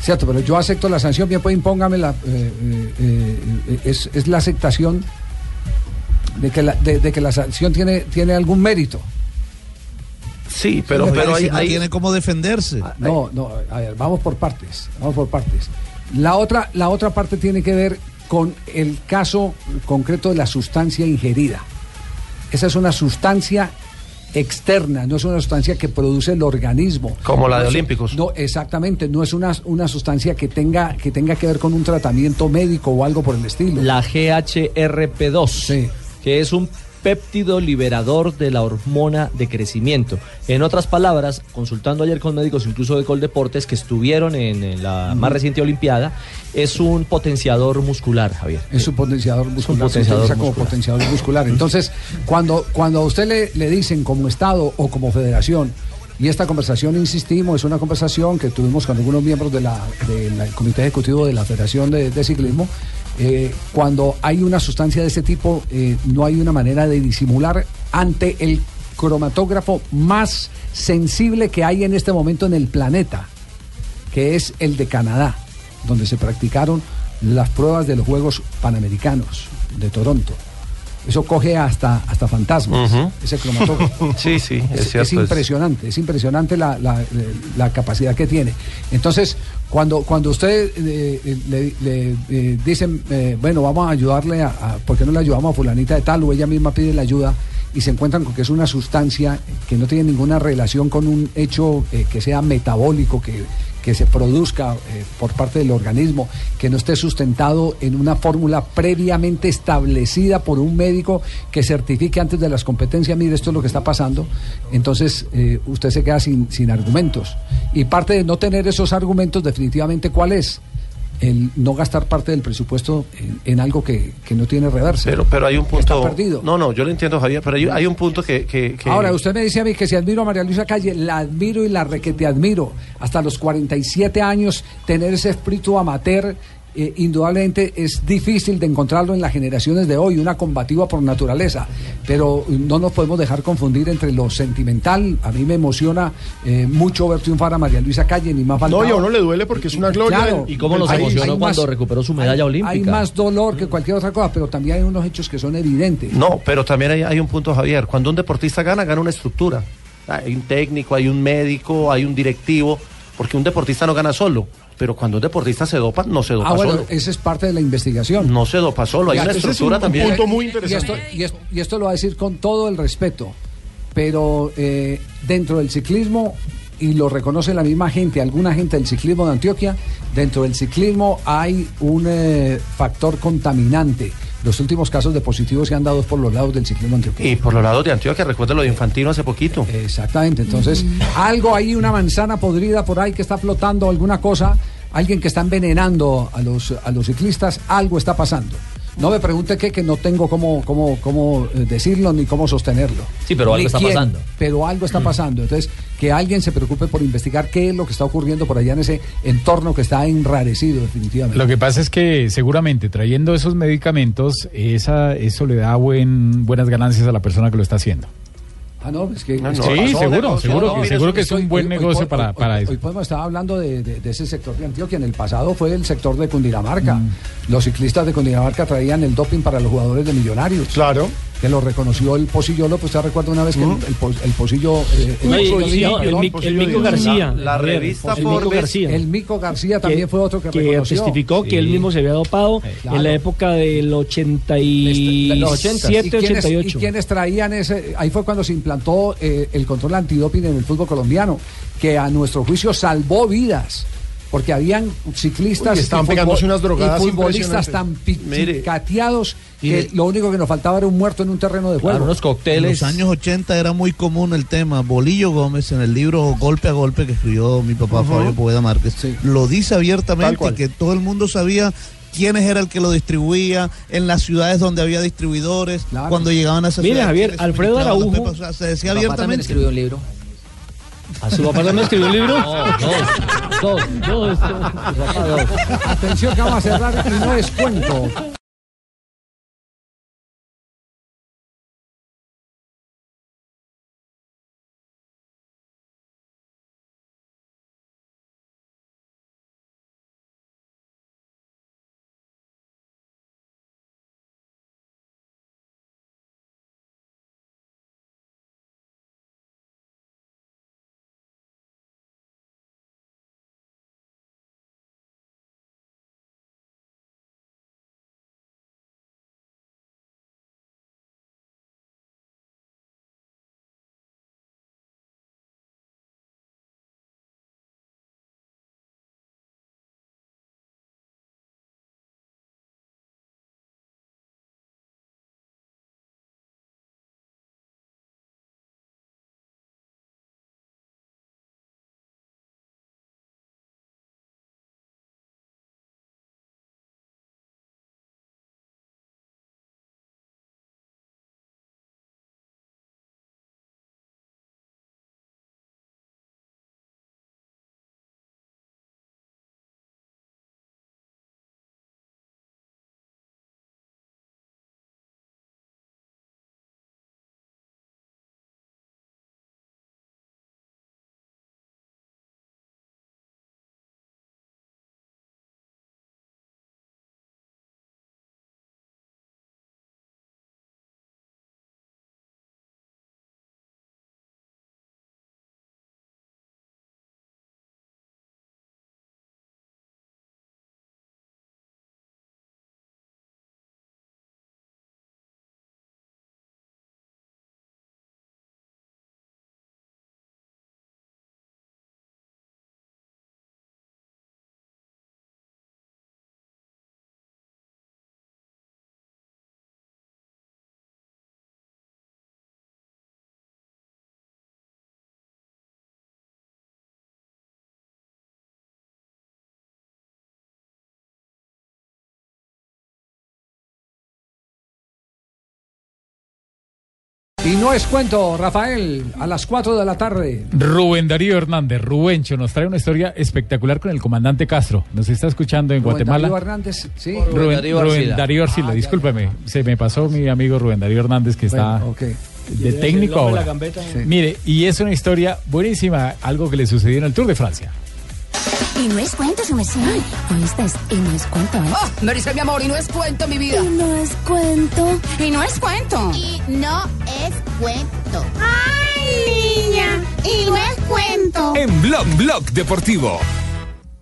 Speaker 3: Cierto, pero yo acepto la sanción, bien pues impóngamela. eh, eh, eh, eh, es, es la aceptación de que la, de, de que la sanción tiene, tiene algún mérito.
Speaker 4: Sí,
Speaker 3: pero-
Speaker 18: Me
Speaker 3: pero
Speaker 18: parece
Speaker 3: hay-
Speaker 18: que no
Speaker 3: hay-
Speaker 18: tiene cómo defenderse.
Speaker 3: No, no, a ver, vamos por partes, vamos por partes. La otra, la otra parte tiene que ver con el caso concreto de la sustancia ingerida. Esa es una sustancia externa, no es una sustancia que produce el organismo.
Speaker 4: Como la de
Speaker 3: No es-
Speaker 4: Olímpicos.
Speaker 3: No, exactamente, no es una, una sustancia que tenga, que tenga que ver con un tratamiento médico o algo por el estilo.
Speaker 2: La GHRP2, que es un péptido liberador de la hormona de crecimiento. En otras palabras, consultando ayer con médicos incluso de Coldeportes que estuvieron en, eh, la más reciente Olimpiada, es un potenciador muscular, Javier.
Speaker 3: Es un potenciador muscular.
Speaker 2: potenciador
Speaker 3: se utiliza como
Speaker 2: muscular.
Speaker 3: potenciador muscular. Entonces, cuando, cuando a usted le, le dicen como Estado o como Federación, y esta conversación, insistimos, es una conversación que tuvimos con algunos miembros del de la- del Comité Ejecutivo de la Federación de, de Ciclismo, eh, cuando hay una sustancia de este tipo, eh, no hay una manera de disimular ante el cromatógrafo más sensible que hay en este momento en el planeta que es el de Canadá, donde se practicaron las pruebas de los Juegos Panamericanos de Toronto. Eso coge hasta, hasta fantasmas,
Speaker 4: Ujú.
Speaker 3: ese cromatógrafo.
Speaker 4: Sí, sí, [LAUGHS] es cierto, es-
Speaker 3: impresionante, es, impresionante la, la- la capacidad que tiene. Entonces, cuando, cuando usted eh, eh, le, le, eh, dicen, eh, bueno, vamos a ayudarle, a, a- ¿por qué no le ayudamos a fulanita de tal? O ella misma pide la ayuda y se encuentran con que es una sustancia que no tiene ninguna relación con un hecho eh, que sea metabólico, que, que se produzca eh, por parte del organismo, que no esté sustentado en una fórmula previamente establecida por un médico que certifique antes de las competencias, mire, esto es lo que está pasando, entonces eh, usted se queda sin, sin argumentos. Y parte de no tener esos argumentos, definitivamente, ¿cuál es? El no gastar parte del presupuesto en, en algo que, que no tiene reversa.
Speaker 4: Pero, pero hay un
Speaker 3: Que está
Speaker 4: punto.
Speaker 3: perdido.
Speaker 4: No, no, yo lo entiendo, Javier, pero hay, hay un punto que. que- que-
Speaker 3: Ahora, usted me dice a mí que si admiro a María Luisa Calle, la admiro y la requete admiro. Hasta los 47 años, tener ese espíritu amateur eh, indudablemente es difícil de encontrarlo en las generaciones de hoy, una combativa por naturaleza, pero eh, no nos podemos dejar confundir entre lo sentimental, a mí me emociona eh, mucho ver triunfar a María Luisa Calle, ni más
Speaker 17: No,
Speaker 3: faltaba.
Speaker 17: y a uno le duele porque es una gloria.
Speaker 3: Claro.
Speaker 17: del-
Speaker 2: ¿Y cómo nos
Speaker 17: del país.
Speaker 2: emocionó cuando recuperó su medalla olímpica?
Speaker 3: Hay más dolor que cualquier otra cosa, pero también hay unos hechos que son evidentes.
Speaker 4: No, pero también hay, hay un punto, Javier. Cuando un deportista gana, gana una estructura. Hay un técnico, hay un médico, hay un directivo, porque un deportista no gana solo. Pero cuando un deportista se dopa, no se dopa
Speaker 3: Ah, bueno,
Speaker 4: solo.
Speaker 3: esa es parte de la investigación.
Speaker 4: No se dopa solo, hay
Speaker 3: Ya,
Speaker 4: una
Speaker 3: ese es
Speaker 4: estructura
Speaker 3: un
Speaker 4: también.
Speaker 3: punto muy interesante. Y esto, y esto lo va a decir con todo el respeto, pero eh, dentro del ciclismo, y lo reconoce la misma gente, alguna gente del ciclismo de Antioquia, dentro del ciclismo hay un eh, factor contaminante. Los últimos casos de positivos se han dado por los lados del ciclismo antioqueño.
Speaker 4: Y por los lados de Antioquia, recuerda lo de Infantino hace poquito.
Speaker 3: Exactamente, entonces algo ahí, una manzana podrida por ahí que está flotando, alguna cosa, alguien que está envenenando a los, a los ciclistas, algo está pasando. No me pregunte qué, que no tengo cómo, cómo, cómo eh, decirlo ni cómo sostenerlo.
Speaker 2: Sí, pero algo
Speaker 3: Ni
Speaker 2: está pasando. Mm.
Speaker 3: Pero algo está pasando. Entonces, que alguien se preocupe por investigar qué es lo que está ocurriendo por allá en ese entorno que está enrarecido, definitivamente.
Speaker 22: Lo que pasa es que seguramente trayendo esos medicamentos, esa, eso le da buen, buenas ganancias a la persona que lo está haciendo.
Speaker 3: Ah, no, es que.
Speaker 22: No, no, Sí, pasó, seguro, negocio, seguro no, que- mire, seguro que es un buen negocio para- para
Speaker 3: hoy-
Speaker 22: eso.
Speaker 3: Hoy podemos estar hablando de, de- de ese sector de Antioquia. En el pasado fue el sector de Cundinamarca.
Speaker 22: Mm.
Speaker 3: Los ciclistas de Cundinamarca traían el doping para los jugadores de Millonarios.
Speaker 17: Claro.
Speaker 3: Que lo reconoció el Posillo López. ¿Usted recuerda una vez que
Speaker 22: Mm.
Speaker 3: el, pos- el Posillo. eh,
Speaker 13: No,
Speaker 3: el
Speaker 13: y-
Speaker 3: Posillo-
Speaker 13: y- no, el
Speaker 3: perdón,
Speaker 13: Mic-
Speaker 3: Posillo
Speaker 13: el Mico
Speaker 3: Díaz.
Speaker 13: García, La- la Javier, el revista Mico Forbes. García.
Speaker 3: El Mico García también fue otro que,
Speaker 13: que
Speaker 3: reconoció.
Speaker 13: testificó que él
Speaker 3: Sí.
Speaker 13: mismo se había dopado
Speaker 3: Claro. Este,
Speaker 13: en la época del
Speaker 3: los
Speaker 13: 87,
Speaker 3: ¿Y quiénes-
Speaker 13: 88.
Speaker 3: ¿Y quienes traían ese? Ahí fue cuando se implantó eh, el control antidoping en el fútbol colombiano, que a nuestro juicio salvó vidas. Porque habían ciclistas
Speaker 17: Uy, estaban
Speaker 3: y futbol-
Speaker 17: pegándose unas drogadas
Speaker 3: y futbolistas
Speaker 17: impresionantes.
Speaker 3: tan pi-
Speaker 17: Mire.
Speaker 3: cateados que
Speaker 18: Mire.
Speaker 3: lo único que nos faltaba era un muerto en un terreno de juego.
Speaker 18: En los años 80 era muy común el tema. Bolillo Gómez, en el libro Golpe a Golpe que escribió mi papá
Speaker 17: Ujú.
Speaker 18: Fabio Poveda Márquez, lo dice
Speaker 17: Tal
Speaker 18: abiertamente
Speaker 17: cual.
Speaker 18: que todo el mundo sabía quiénes era el que lo distribuía en las ciudades donde había distribuidores, cuando llegaban a esas
Speaker 13: Mira,
Speaker 18: ciudades,
Speaker 13: Javier,
Speaker 18: quiénes
Speaker 13: Alfredo
Speaker 18: suministraban las
Speaker 13: Araujo.
Speaker 18: pepas, o sea, se decía
Speaker 13: Papá también
Speaker 18: abiertamente.
Speaker 13: escribió
Speaker 18: un libro.
Speaker 13: ¿A su papá también escribió un libro?
Speaker 2: Dos, dos,
Speaker 3: Atención que vamos a cerrar y no es cuento. no es cuento, Rafael, a las 4 de la tarde.
Speaker 22: Rubén Darío Hernández, Rubencho, nos trae una historia espectacular con el comandante Castro. Nos está escuchando en
Speaker 3: Rubén
Speaker 22: Guatemala.
Speaker 3: Darío Ah, Hernández, sí.
Speaker 22: Rubén, Rubén Darío Arcila, discúlpeme. Se me pasó mi amigo Rubén Darío Hernández que está
Speaker 3: Bueno, ok.
Speaker 22: de técnico ahora. Mire, y es una historia buenísima, algo que le sucedió en el Tour de Francia.
Speaker 8: Y no es cuento, su merced. Ahí estás, y no es cuento. ¿eh?
Speaker 5: Oh, me dice mi amor, y no es cuento, mi vida.
Speaker 8: Y no es cuento.
Speaker 5: Y no es cuento.
Speaker 8: Y no es cuento.
Speaker 5: ¡Ay, niña! Y no es cuento.
Speaker 27: En Blog Blog Deportivo.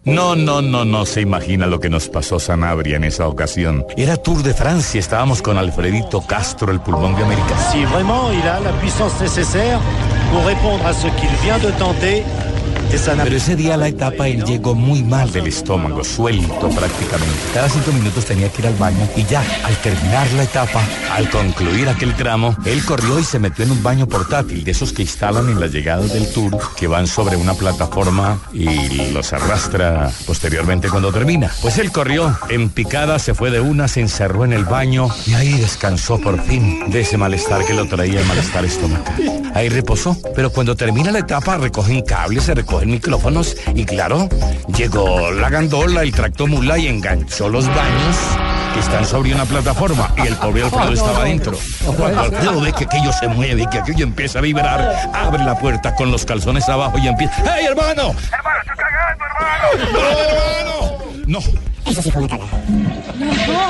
Speaker 27: No, no, no, no se imagina lo que nos pasó Sanabria en esa ocasión. Era Tour de Francia, estábamos con Alfredito Castro, el pulmón de América.
Speaker 28: Si vraiment il a la puissance nécessaire pour répondre à ce qu'il vient de tenter. Et ça n'a-
Speaker 27: Pero ese día a la etapa él llegó muy mal del estómago, suelto prácticamente. Cada cinco minutos tenía que ir al baño y ya, al terminar la etapa, al concluir aquel tramo, él corrió y se metió en un baño portátil, de esos que instalan en la llegada del tour, que van sobre una plataforma y los arrastra posteriormente cuando termina. Pues él corrió, en picada se fue de una, se encerró en el baño y ahí descansó por fin de ese malestar que lo traía el malestar estomacal. Ahí reposó, pero cuando termina la etapa recogen cables, se recogen micrófonos y claro, llegó la gandola, el tractomula y enganchó los baños que están sobre una plataforma y el pobre Alfredo estaba adentro. Cuando Alfredo ve que aquello se mueve y que aquello empieza a vibrar, abre la puerta con los calzones abajo y empieza... ¡Hey, hermano!
Speaker 11: Oh.
Speaker 27: No. Eso sí fue una cagada.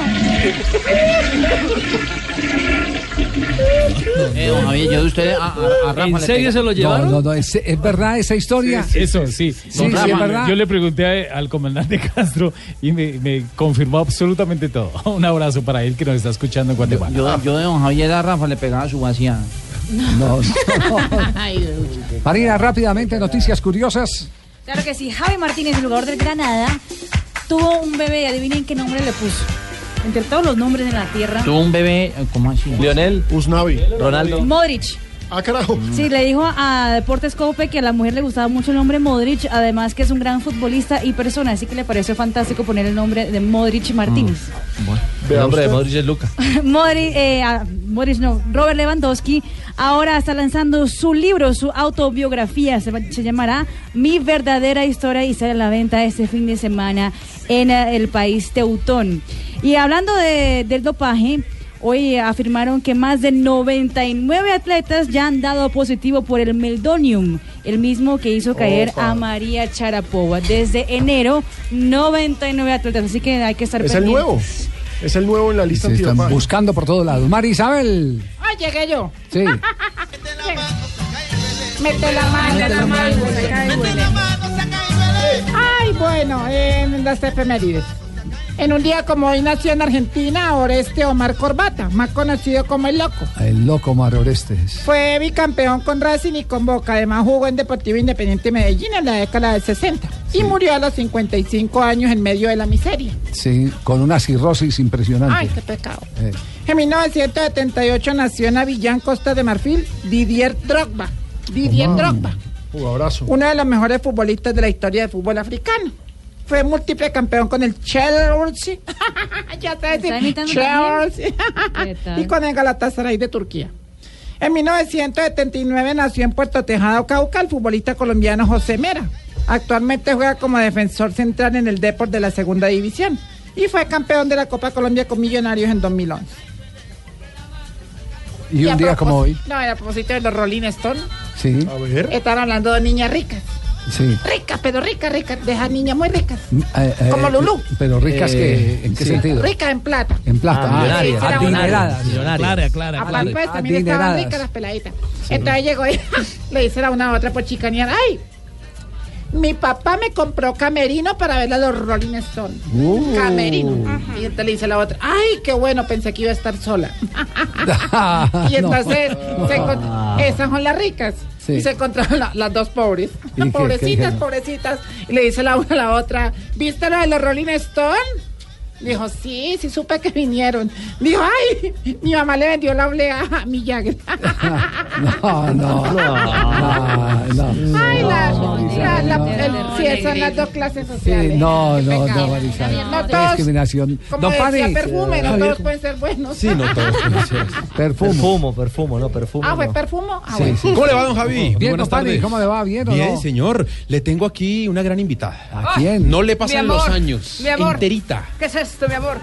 Speaker 21: Eh, don Javier, yo de usted a, a- a Rafa le pega-
Speaker 3: No, no, no, es, es verdad esa historia.
Speaker 22: Eso, sí.
Speaker 3: Sí, sí, es verdad.
Speaker 22: Yo le pregunté a- al comandante [LAUGHS] Castro y me, me confirmó absolutamente todo. [LAUGHS] Un abrazo para él que nos está escuchando en Guatemala.
Speaker 21: Yo, yo de don Javier a Rafa le pegaba su vaciada.
Speaker 3: No. Marina, rápidamente, noticias curiosas.
Speaker 6: [LAUGHS] Claro que sí, Javi Martínez, el jugador del Granada, tuvo un bebé y adivinen qué nombre le puso. Entre todos los nombres en la tierra.
Speaker 21: Tuvo un bebé, eh, ¿cómo así?
Speaker 2: Lionel.
Speaker 17: Usnavi.
Speaker 2: Ronaldo.
Speaker 6: Modric.
Speaker 17: Ah, carajo.
Speaker 3: Mm.
Speaker 6: Sí, le dijo a Deportes Cope que a la mujer le gustaba mucho el nombre Modric, además que es un gran futbolista y persona, así que le pareció fantástico poner el nombre de Modric Martínez.
Speaker 2: El nombre de Modric es Luca.
Speaker 6: [LAUGHS] Modric, eh, ah, Modric no, Robert Lewandowski ahora está lanzando su libro, su autobiografía, se, va- se llamará Mi verdadera historia y sale a la venta este fin de semana en eh, el país teutón. Y hablando de- del dopaje, hoy afirmaron que más de 99 atletas ya han dado positivo por el meldonium, el mismo que hizo caer
Speaker 17: Opa.
Speaker 6: a María Charapova. Desde enero, 99 atletas, así que hay que estar
Speaker 17: Es el
Speaker 6: pendientes.
Speaker 17: nuevo. Es el nuevo en la lista
Speaker 3: Se están
Speaker 17: antidopaje.
Speaker 3: buscando por todos lados. María Isabel.
Speaker 19: Ah,
Speaker 5: Ay, llegué yo.
Speaker 17: [LAUGHS]
Speaker 3: Sí.
Speaker 5: Mete la mano, mete la mano, saca y huele. Ay, bueno, en las efemérides. En un día como hoy nació en Argentina Oreste Omar Corbata, más conocido como El Loco.
Speaker 3: El loco Mar Orestes.
Speaker 5: Fue bicampeón con Racing y con Boca. Además jugó en Deportivo Independiente Medellín en la década del 60. Y murió a los 55 años en medio de la miseria.
Speaker 3: Sí, con una cirrosis impresionante.
Speaker 5: Ay, qué pecado.
Speaker 3: Eh,
Speaker 5: En 1978 nació en Avillán, Costa de Marfil, Didier Drogba. Didier Drogba.
Speaker 17: Uh, Jugadorazo.
Speaker 5: uno de los mejores futbolistas de la historia del fútbol africano. Fue múltiple campeón con el Chelsea. [LAUGHS] ya te
Speaker 6: ¿Está
Speaker 5: decir,
Speaker 6: imitando también?
Speaker 5: Chelsea.
Speaker 6: ¿Qué tal?
Speaker 5: y con el Galatasaray de Turquía. En 1979 nació en Puerto Tejado, Cauca, el futbolista colombiano José Mera. Actualmente juega como defensor central en el Deport de la Segunda División y fue campeón de la Copa Colombia con Millonarios en 2011.
Speaker 3: Y
Speaker 5: a
Speaker 3: un día como hoy.
Speaker 5: propósito- No, y a propósito de los Rolling Stones,
Speaker 3: Sí,
Speaker 5: están hablando de niñas ricas.
Speaker 3: sí.
Speaker 5: Ricas, pero ricas, ricas, deja niñas muy ricas.
Speaker 3: Eh, eh,
Speaker 5: Como Lulú.
Speaker 3: Pero ricas
Speaker 5: Eh,
Speaker 3: que, ¿en qué sentido?
Speaker 5: Ricas en plata.
Speaker 3: En plata.
Speaker 5: Ah, millonarias.
Speaker 3: Ah, adineradas.
Speaker 27: Clara, clara,
Speaker 5: Aparte, pues,
Speaker 3: Ah,
Speaker 5: también estaban ricas las peladitas. Entonces llegó y [LAUGHS] le dice a una a otra por chicanear, ay, mi papá me compró camerino para ver a los Rolling Stones.
Speaker 3: Uh.
Speaker 5: Camerino. Y entonces le dice la otra, ay, qué bueno, pensé que iba a estar sola.
Speaker 3: [LAUGHS] Ah,
Speaker 5: [LAUGHS] Y
Speaker 3: no.
Speaker 5: entonces, se encont- esas son las ricas.
Speaker 3: Sí.
Speaker 5: Y se encontraron la- las dos pobres.
Speaker 3: ¿Y qué- qué
Speaker 5: pobrecitas,
Speaker 3: dijeron?
Speaker 5: pobrecitas. Y le dice la una a la otra, ¿viste lo de los Rolling Stone? Dijo, sí, sí supe que vinieron. Dijo, ay, mi mamá le vendió la oblea a mi Jagger. [LAUGHS]
Speaker 3: No,
Speaker 17: [LAUGHS]
Speaker 3: no, no, no.
Speaker 5: Ay, la, la, la- el- sí, son las dos clases
Speaker 3: Sí,
Speaker 5: sociales.
Speaker 3: no, no,
Speaker 5: Pecado.
Speaker 3: no, Marisol.
Speaker 5: No
Speaker 3: Qué
Speaker 5: todos,
Speaker 3: discriminación.
Speaker 5: Como
Speaker 3: Don
Speaker 5: decía
Speaker 3: Pani.
Speaker 5: perfume, no
Speaker 3: Javier,
Speaker 5: todos pueden ser buenos.
Speaker 2: Sí,
Speaker 5: [LAUGHS]
Speaker 2: no todos conocemos.
Speaker 3: Perfumo.
Speaker 2: Perfumo, perfumo, no, perfumo.
Speaker 5: Ah, fue
Speaker 2: no.
Speaker 5: perfumo. Ah,
Speaker 2: Sí,
Speaker 5: bueno.
Speaker 2: sí.
Speaker 10: ¿Cómo le va, don Javi?
Speaker 2: Bien,
Speaker 10: Buenas
Speaker 2: don Pani,
Speaker 10: tardes.
Speaker 2: ¿cómo
Speaker 3: le va? ¿Bien o
Speaker 10: Bien,
Speaker 3: no?
Speaker 10: señor. Le tengo aquí una gran invitada.
Speaker 3: ¿A Ah,
Speaker 10: quién? No le
Speaker 24: Mi
Speaker 10: pasan
Speaker 24: amor,
Speaker 10: los años.
Speaker 24: Mi amor.
Speaker 10: Enterita.
Speaker 24: ¿Qué es esto, mi amor?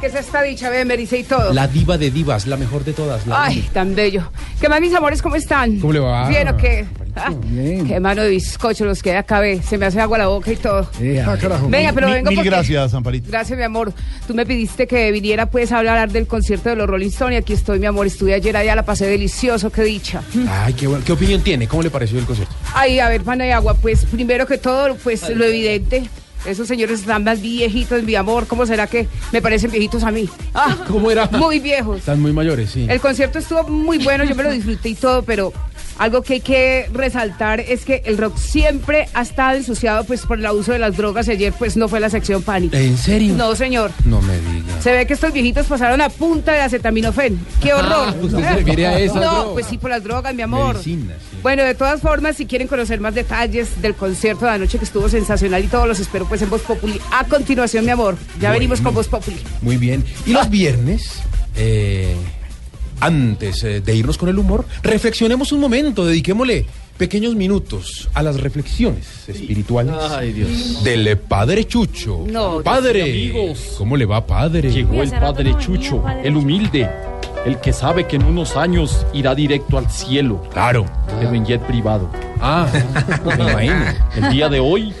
Speaker 24: ¿Qué es esta dicha? Bémerice y todo.
Speaker 10: La diva de divas, la mejor de todas. la
Speaker 24: Ay, tan bello. ¿Qué más, mis amores? ¿Cómo están?
Speaker 10: ¿Cómo le va?
Speaker 24: ¿Bien o qué? Ah, Qué mano de bizcocho los que acabé. Se me hace agua la boca y todo.
Speaker 10: Eh, ah,
Speaker 24: Venga, pero
Speaker 31: Ah, Mil-
Speaker 24: vengo
Speaker 31: Mil
Speaker 24: porque-
Speaker 31: gracias, Amparito.
Speaker 24: Gracias, mi amor. Tú me pidiste que viniera pues a hablar del concierto de los Rolling Stones y aquí estoy, mi amor. Estuve ayer allá, la pasé delicioso, qué dicha.
Speaker 10: Ay, qué, bueno. ¿Qué opinión tiene? ¿Cómo le pareció el concierto?
Speaker 24: Ay, a ver, pana de agua, pues primero que todo, pues lo evidente. Esos señores están más viejitos, mi amor. ¿Cómo será que me parecen viejitos a mí? Ah,
Speaker 10: ¿Cómo era?
Speaker 24: Muy
Speaker 5: Pues,
Speaker 24: viejos.
Speaker 10: Están muy mayores, sí.
Speaker 24: El concierto estuvo muy bueno, yo me lo disfruté y todo, pero algo que hay que resaltar es que el rock siempre ha estado ensuciado pues por el abuso de las drogas y ayer pues no fue la sección pánico.
Speaker 10: ¿En serio?
Speaker 24: No, señor.
Speaker 10: No me diga.
Speaker 24: Se ve que estos viejitos pasaron a punta de acetaminofén. ¡Qué horror!
Speaker 10: Ah, usted se refiere
Speaker 24: [LAUGHS]
Speaker 10: a esas
Speaker 24: No,
Speaker 10: drogas.
Speaker 24: pues sí, por las drogas, mi amor.
Speaker 10: Medicina,
Speaker 24: Bueno, de todas formas, si quieren conocer más detalles del concierto de anoche que estuvo sensacional y todos los espero pues en Voz Populi. A continuación, mi amor, ya
Speaker 10: Bueno.
Speaker 24: venimos con
Speaker 10: [LAUGHS]
Speaker 24: Voz Populi.
Speaker 10: Muy bien. Y los viernes, eh, antes eh, de irnos con el humor, reflexionemos un momento, dediquémosle pequeños minutos a las reflexiones espirituales del eh, Padre Chucho.
Speaker 24: No,
Speaker 10: padre, ¿cómo le va, Padre?
Speaker 23: Llegó el padre Chucho, el humilde, el que sabe que en unos años irá directo al cielo.
Speaker 10: Claro.
Speaker 23: Pero en jet privado. [LAUGHS]
Speaker 10: Ah, me imagino.
Speaker 23: El día de
Speaker 22: [LAUGHS]
Speaker 23: hoy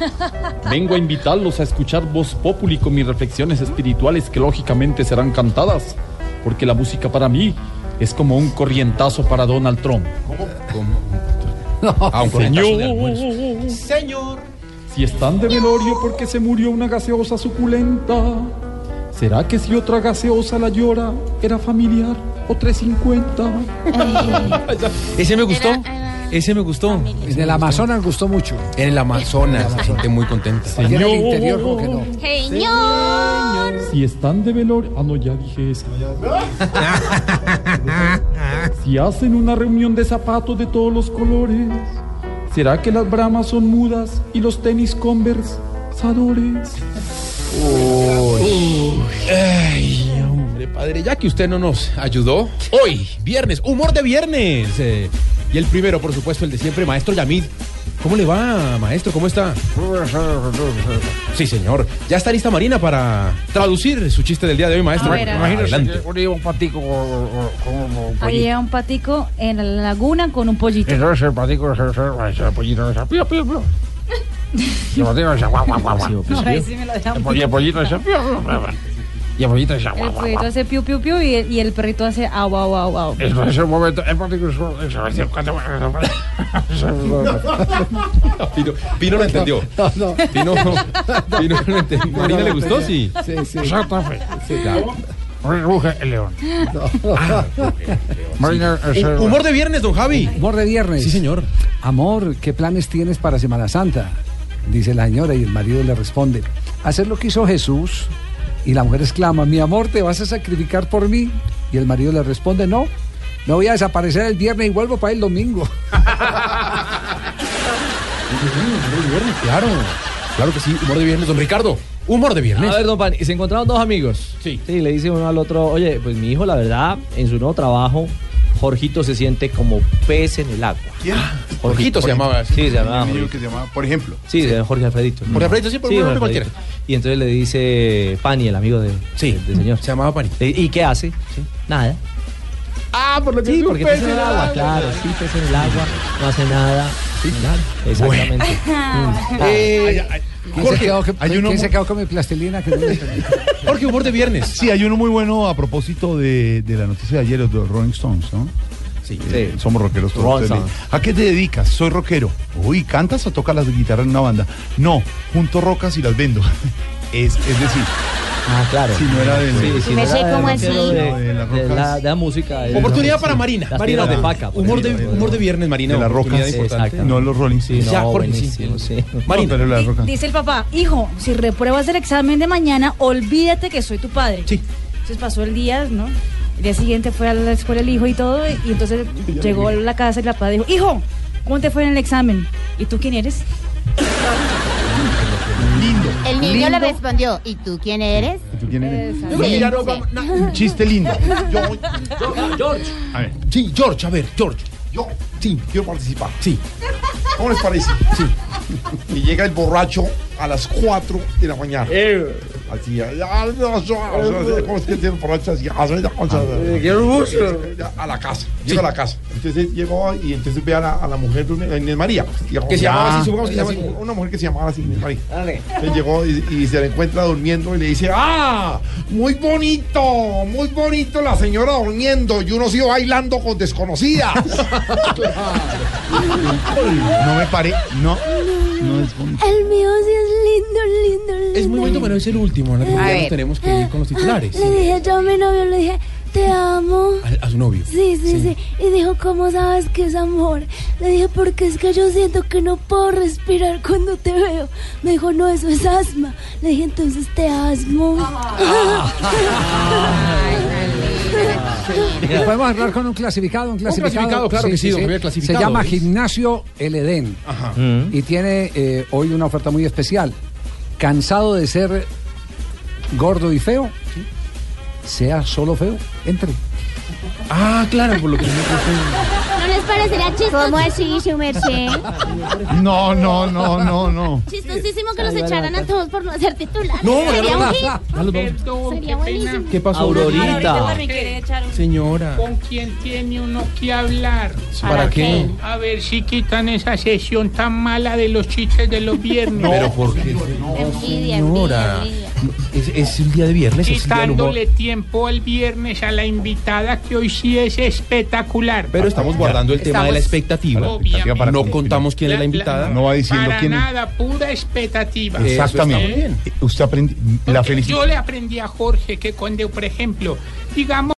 Speaker 23: vengo a invitarlos a escuchar Voz Populi con mis reflexiones espirituales que lógicamente serán cantadas, porque la música para mí es como un corrientazo para Donald Trump. Ah, un corrientazo de almuerzo.
Speaker 10: Señor.
Speaker 23: Si están de velorio porque se murió una gaseosa suculenta, ¿será que si otra gaseosa la llora era familiar o 350?
Speaker 10: Ese me gustó. Ese me gustó.
Speaker 3: En el Amazonas gustó mucho.
Speaker 10: En el Amazonas, la gente muy contenta.
Speaker 3: Porque en el interior como que no.
Speaker 23: Señor. Si están de velorio. Ah, no, ya dije eso. si hacen una reunión de zapatos de todos los colores, ¿será que las bramas son mudas y los tenis conversadores?
Speaker 10: Uy. Ay, hombre, padre, ya que usted no nos ayudó, hoy, viernes, humor de viernes. eh, y el primero, por supuesto, el de siempre, maestro Yamid. ¿Cómo le va, maestro? ¿Cómo está? Sí, señor. Ya está lista Marina para traducir su chiste del día de hoy, maestro.
Speaker 6: A ver, a ver.
Speaker 10: Adelante.
Speaker 31: un patico como
Speaker 6: Ahí llega un patico en la laguna con un pollito.
Speaker 31: Entonces el patico se el pollito se pío, pío, pío. El patico se guau, guau, guau, guau.
Speaker 6: [LAUGHS] No, ahí sí me lo deja
Speaker 31: El
Speaker 6: un
Speaker 31: po- Y el pollito se pío, pío, pío, pío. Y el pollito se guau,
Speaker 6: El
Speaker 31: guau,
Speaker 6: perrito
Speaker 31: guau.
Speaker 6: hace piu piu piu y el, y el perrito hace au au au au.
Speaker 31: Entonces en un momento el patico se- se- se-
Speaker 10: Pino, Pino lo entendió.
Speaker 3: No, no.
Speaker 10: Pino, Pino lo entendió. Marina le gustó, sí.
Speaker 3: Sí, sí.
Speaker 31: Exactamente.
Speaker 10: claro.
Speaker 31: Ruge el león.
Speaker 10: Ah,
Speaker 31: Marina,
Speaker 10: sí.
Speaker 31: eh,
Speaker 10: Humor de viernes, don Javi.
Speaker 3: Humor de viernes. Sí,
Speaker 10: señor.
Speaker 3: Amor, ¿qué planes tienes para Semana Santa? Dice la señora y el marido le responde, hacer lo que hizo Jesús. Y la mujer exclama, mi amor, ¿te vas a sacrificar por mí? Y el marido le responde, no, me voy a desaparecer el viernes y vuelvo para el domingo. [LAUGHS]
Speaker 10: Humor de viernes, claro. Claro que sí, humor de viernes, don Ricardo. Humor de viernes.
Speaker 2: A ver, don Pan, y se encontraron dos amigos.
Speaker 10: Sí.
Speaker 2: Sí, le dice uno al otro, oye, pues mi hijo, la verdad, en su nuevo trabajo, Jorgito se siente como pez en el agua. Ah,
Speaker 31: ¿Quién?
Speaker 2: Jorgito se llamaba. Sí, se llamaba.
Speaker 31: Un niño
Speaker 2: Jorgito.
Speaker 31: que se llamaba, por ejemplo.
Speaker 2: Sí, se llama Jorge Alfredito.
Speaker 31: Jorge Alfredito, sí, por un nombre
Speaker 2: Jorge Alfredito. Y entonces le dice Pani, el amigo de, sí, señor. Se
Speaker 10: llamaba Pani.
Speaker 2: ¿Y qué hace? Nada.
Speaker 31: Ah, por lo
Speaker 2: Sí, porque pez en el agua, claro. Sí, pez en el agua, no hace nada. Sí, nada. Exactamente.
Speaker 10: Eh,
Speaker 3: ¿Quién, se quedó, que- quién se quedó con mi plastilina?
Speaker 10: [LAUGHS]
Speaker 3: Que no le entendí?
Speaker 10: Jorge, humor de viernes.
Speaker 31: Sí, hay uno muy bueno a propósito de, de la noticia de ayer, de los Rolling Stones, ¿no? Sí,
Speaker 2: sí.
Speaker 31: somos rockeros todos.
Speaker 2: Rolling
Speaker 31: ustedes.
Speaker 2: Stones.
Speaker 31: ¿A qué te dedicas? Soy rockero. Uy, ¿cantas [LAUGHS] o tocas la guitarra en una banda? No, junto rocas y las vendo. Es, es decir,
Speaker 2: Ah, claro. Si no era de
Speaker 10: Me sé cómo
Speaker 2: así.
Speaker 10: así.
Speaker 2: De, de la, de la música. de-
Speaker 10: Oportunidad
Speaker 2: las
Speaker 10: para Marina.
Speaker 2: piedras
Speaker 10: Marina,
Speaker 2: de paca. por
Speaker 10: humor, de,
Speaker 2: ejemplo.
Speaker 10: humor de viernes, Marina.
Speaker 2: De la
Speaker 10: oportunidad
Speaker 2: Roca.
Speaker 10: importante.
Speaker 2: Exacto. No los Rolling Stones.
Speaker 10: Ya,
Speaker 2: No,
Speaker 10: Jorge,
Speaker 2: buenísimo,
Speaker 10: sí.
Speaker 2: No, pero la Roca.
Speaker 6: Dice el papá, hijo, si repruebas el examen de mañana, olvídate que soy tu padre. Sí. Entonces pasó el día, ¿no? El día siguiente fue a la escuela el hijo y todo, y entonces llegó a la casa y la papá dijo, hijo, ¿cómo te fue en el examen? ¿Y tú quién eres?
Speaker 32: Lindo.
Speaker 21: El niño
Speaker 6: Lindo.
Speaker 21: le respondió, ¿y tú quién eres?
Speaker 32: ¿Tú quién eres?
Speaker 21: Esa.
Speaker 32: Yo creo que ya no va- na- un chiste lindo. Yo, George. A ver. Sí, George, a ver, George. Yo, sí, quiero participar. Sí. ¿Cómo les parece? Sí. Y llega el borracho a las 4 de la mañana.
Speaker 10: Eh.
Speaker 32: Así, ah, no, yo- ¿cómo es que tiene el borracho así? Ah, no, no, no.
Speaker 21: quiero un bus.
Speaker 32: A la casa, llega a la casa. Entonces llegó y entonces ve a la, a la mujer de una- Inés María. Digamos,
Speaker 10: Que se llamaba
Speaker 32: ya.
Speaker 10: así, supongamos que se llamaba así.
Speaker 32: Una mujer que se llamaba así, Inés María. Entonces llegó y, y se la encuentra durmiendo y le dice, ¡ah! Muy bonito, muy bonito la señora durmiendo y uno sigue bailando con
Speaker 21: [LAUGHS]
Speaker 32: desconocidas.
Speaker 21: No me paré, no. no es bonito.
Speaker 10: El mío sí es lindo, lindo, lindo. Es muy bonito, pero es el último. ¿no?
Speaker 21: A
Speaker 10: Ya
Speaker 21: ver.
Speaker 10: nos tenemos que ir con los titulares.
Speaker 21: Ah, Le dije yo a mi novio, le dije, te amo.
Speaker 10: A, a su novio.
Speaker 21: Sí, sí, sí, Y dijo, ¿cómo sabes que es amor? Le dije, porque es que yo siento que no puedo respirar cuando te veo. Me dijo, no, eso es asma. Le dije, entonces te asmo.
Speaker 3: Y [LAUGHS] Podemos hablar con un clasificado, un clasificado.
Speaker 10: clasificado, claro que sí, don Javier, clasificado,
Speaker 3: Se llama
Speaker 10: ¿eh?
Speaker 3: Gimnasio El Edén
Speaker 10: Mm.
Speaker 3: y tiene eh, hoy una oferta muy especial. Cansado de ser gordo y feo, sea solo feo, entre.
Speaker 10: Ah, claro, por lo que
Speaker 21: ¿No les parecerá chistoso? ¿Cómo así, su merced?
Speaker 32: No, no, no, no, no. Eh,
Speaker 21: Chistosísimo que los echaran a todos por no hacer titular.
Speaker 10: No, ya
Speaker 21: Sería
Speaker 10: lo-
Speaker 21: un hit.
Speaker 10: ya lo-
Speaker 21: Sería buenísimo.
Speaker 10: ¿Qué pasó? Señora.
Speaker 5: ¿Con quién tiene uno que hablar?
Speaker 10: ¿Para ¿Para qué? qué?
Speaker 5: A ver si quitan esa sesión tan mala de los chistes de los viernes.
Speaker 10: [LAUGHS] Pero por qué, señora. Es, es el día de viernes, es el día del humor.
Speaker 5: Quitándole tiempo el viernes a la invitada que hoy sí es espectacular.
Speaker 10: Pero estamos guardando el tema de la expectativa.
Speaker 5: Obviamente.
Speaker 10: no contamos quién es la invitada.
Speaker 32: No va diciendo
Speaker 5: Para
Speaker 32: quién es.
Speaker 5: nada, pura expectativa.
Speaker 21: Eh,
Speaker 32: Exactamente. Usted aprende la felicidad.
Speaker 5: Yo le aprendí a Jorge que cuando, por ejemplo, digamos...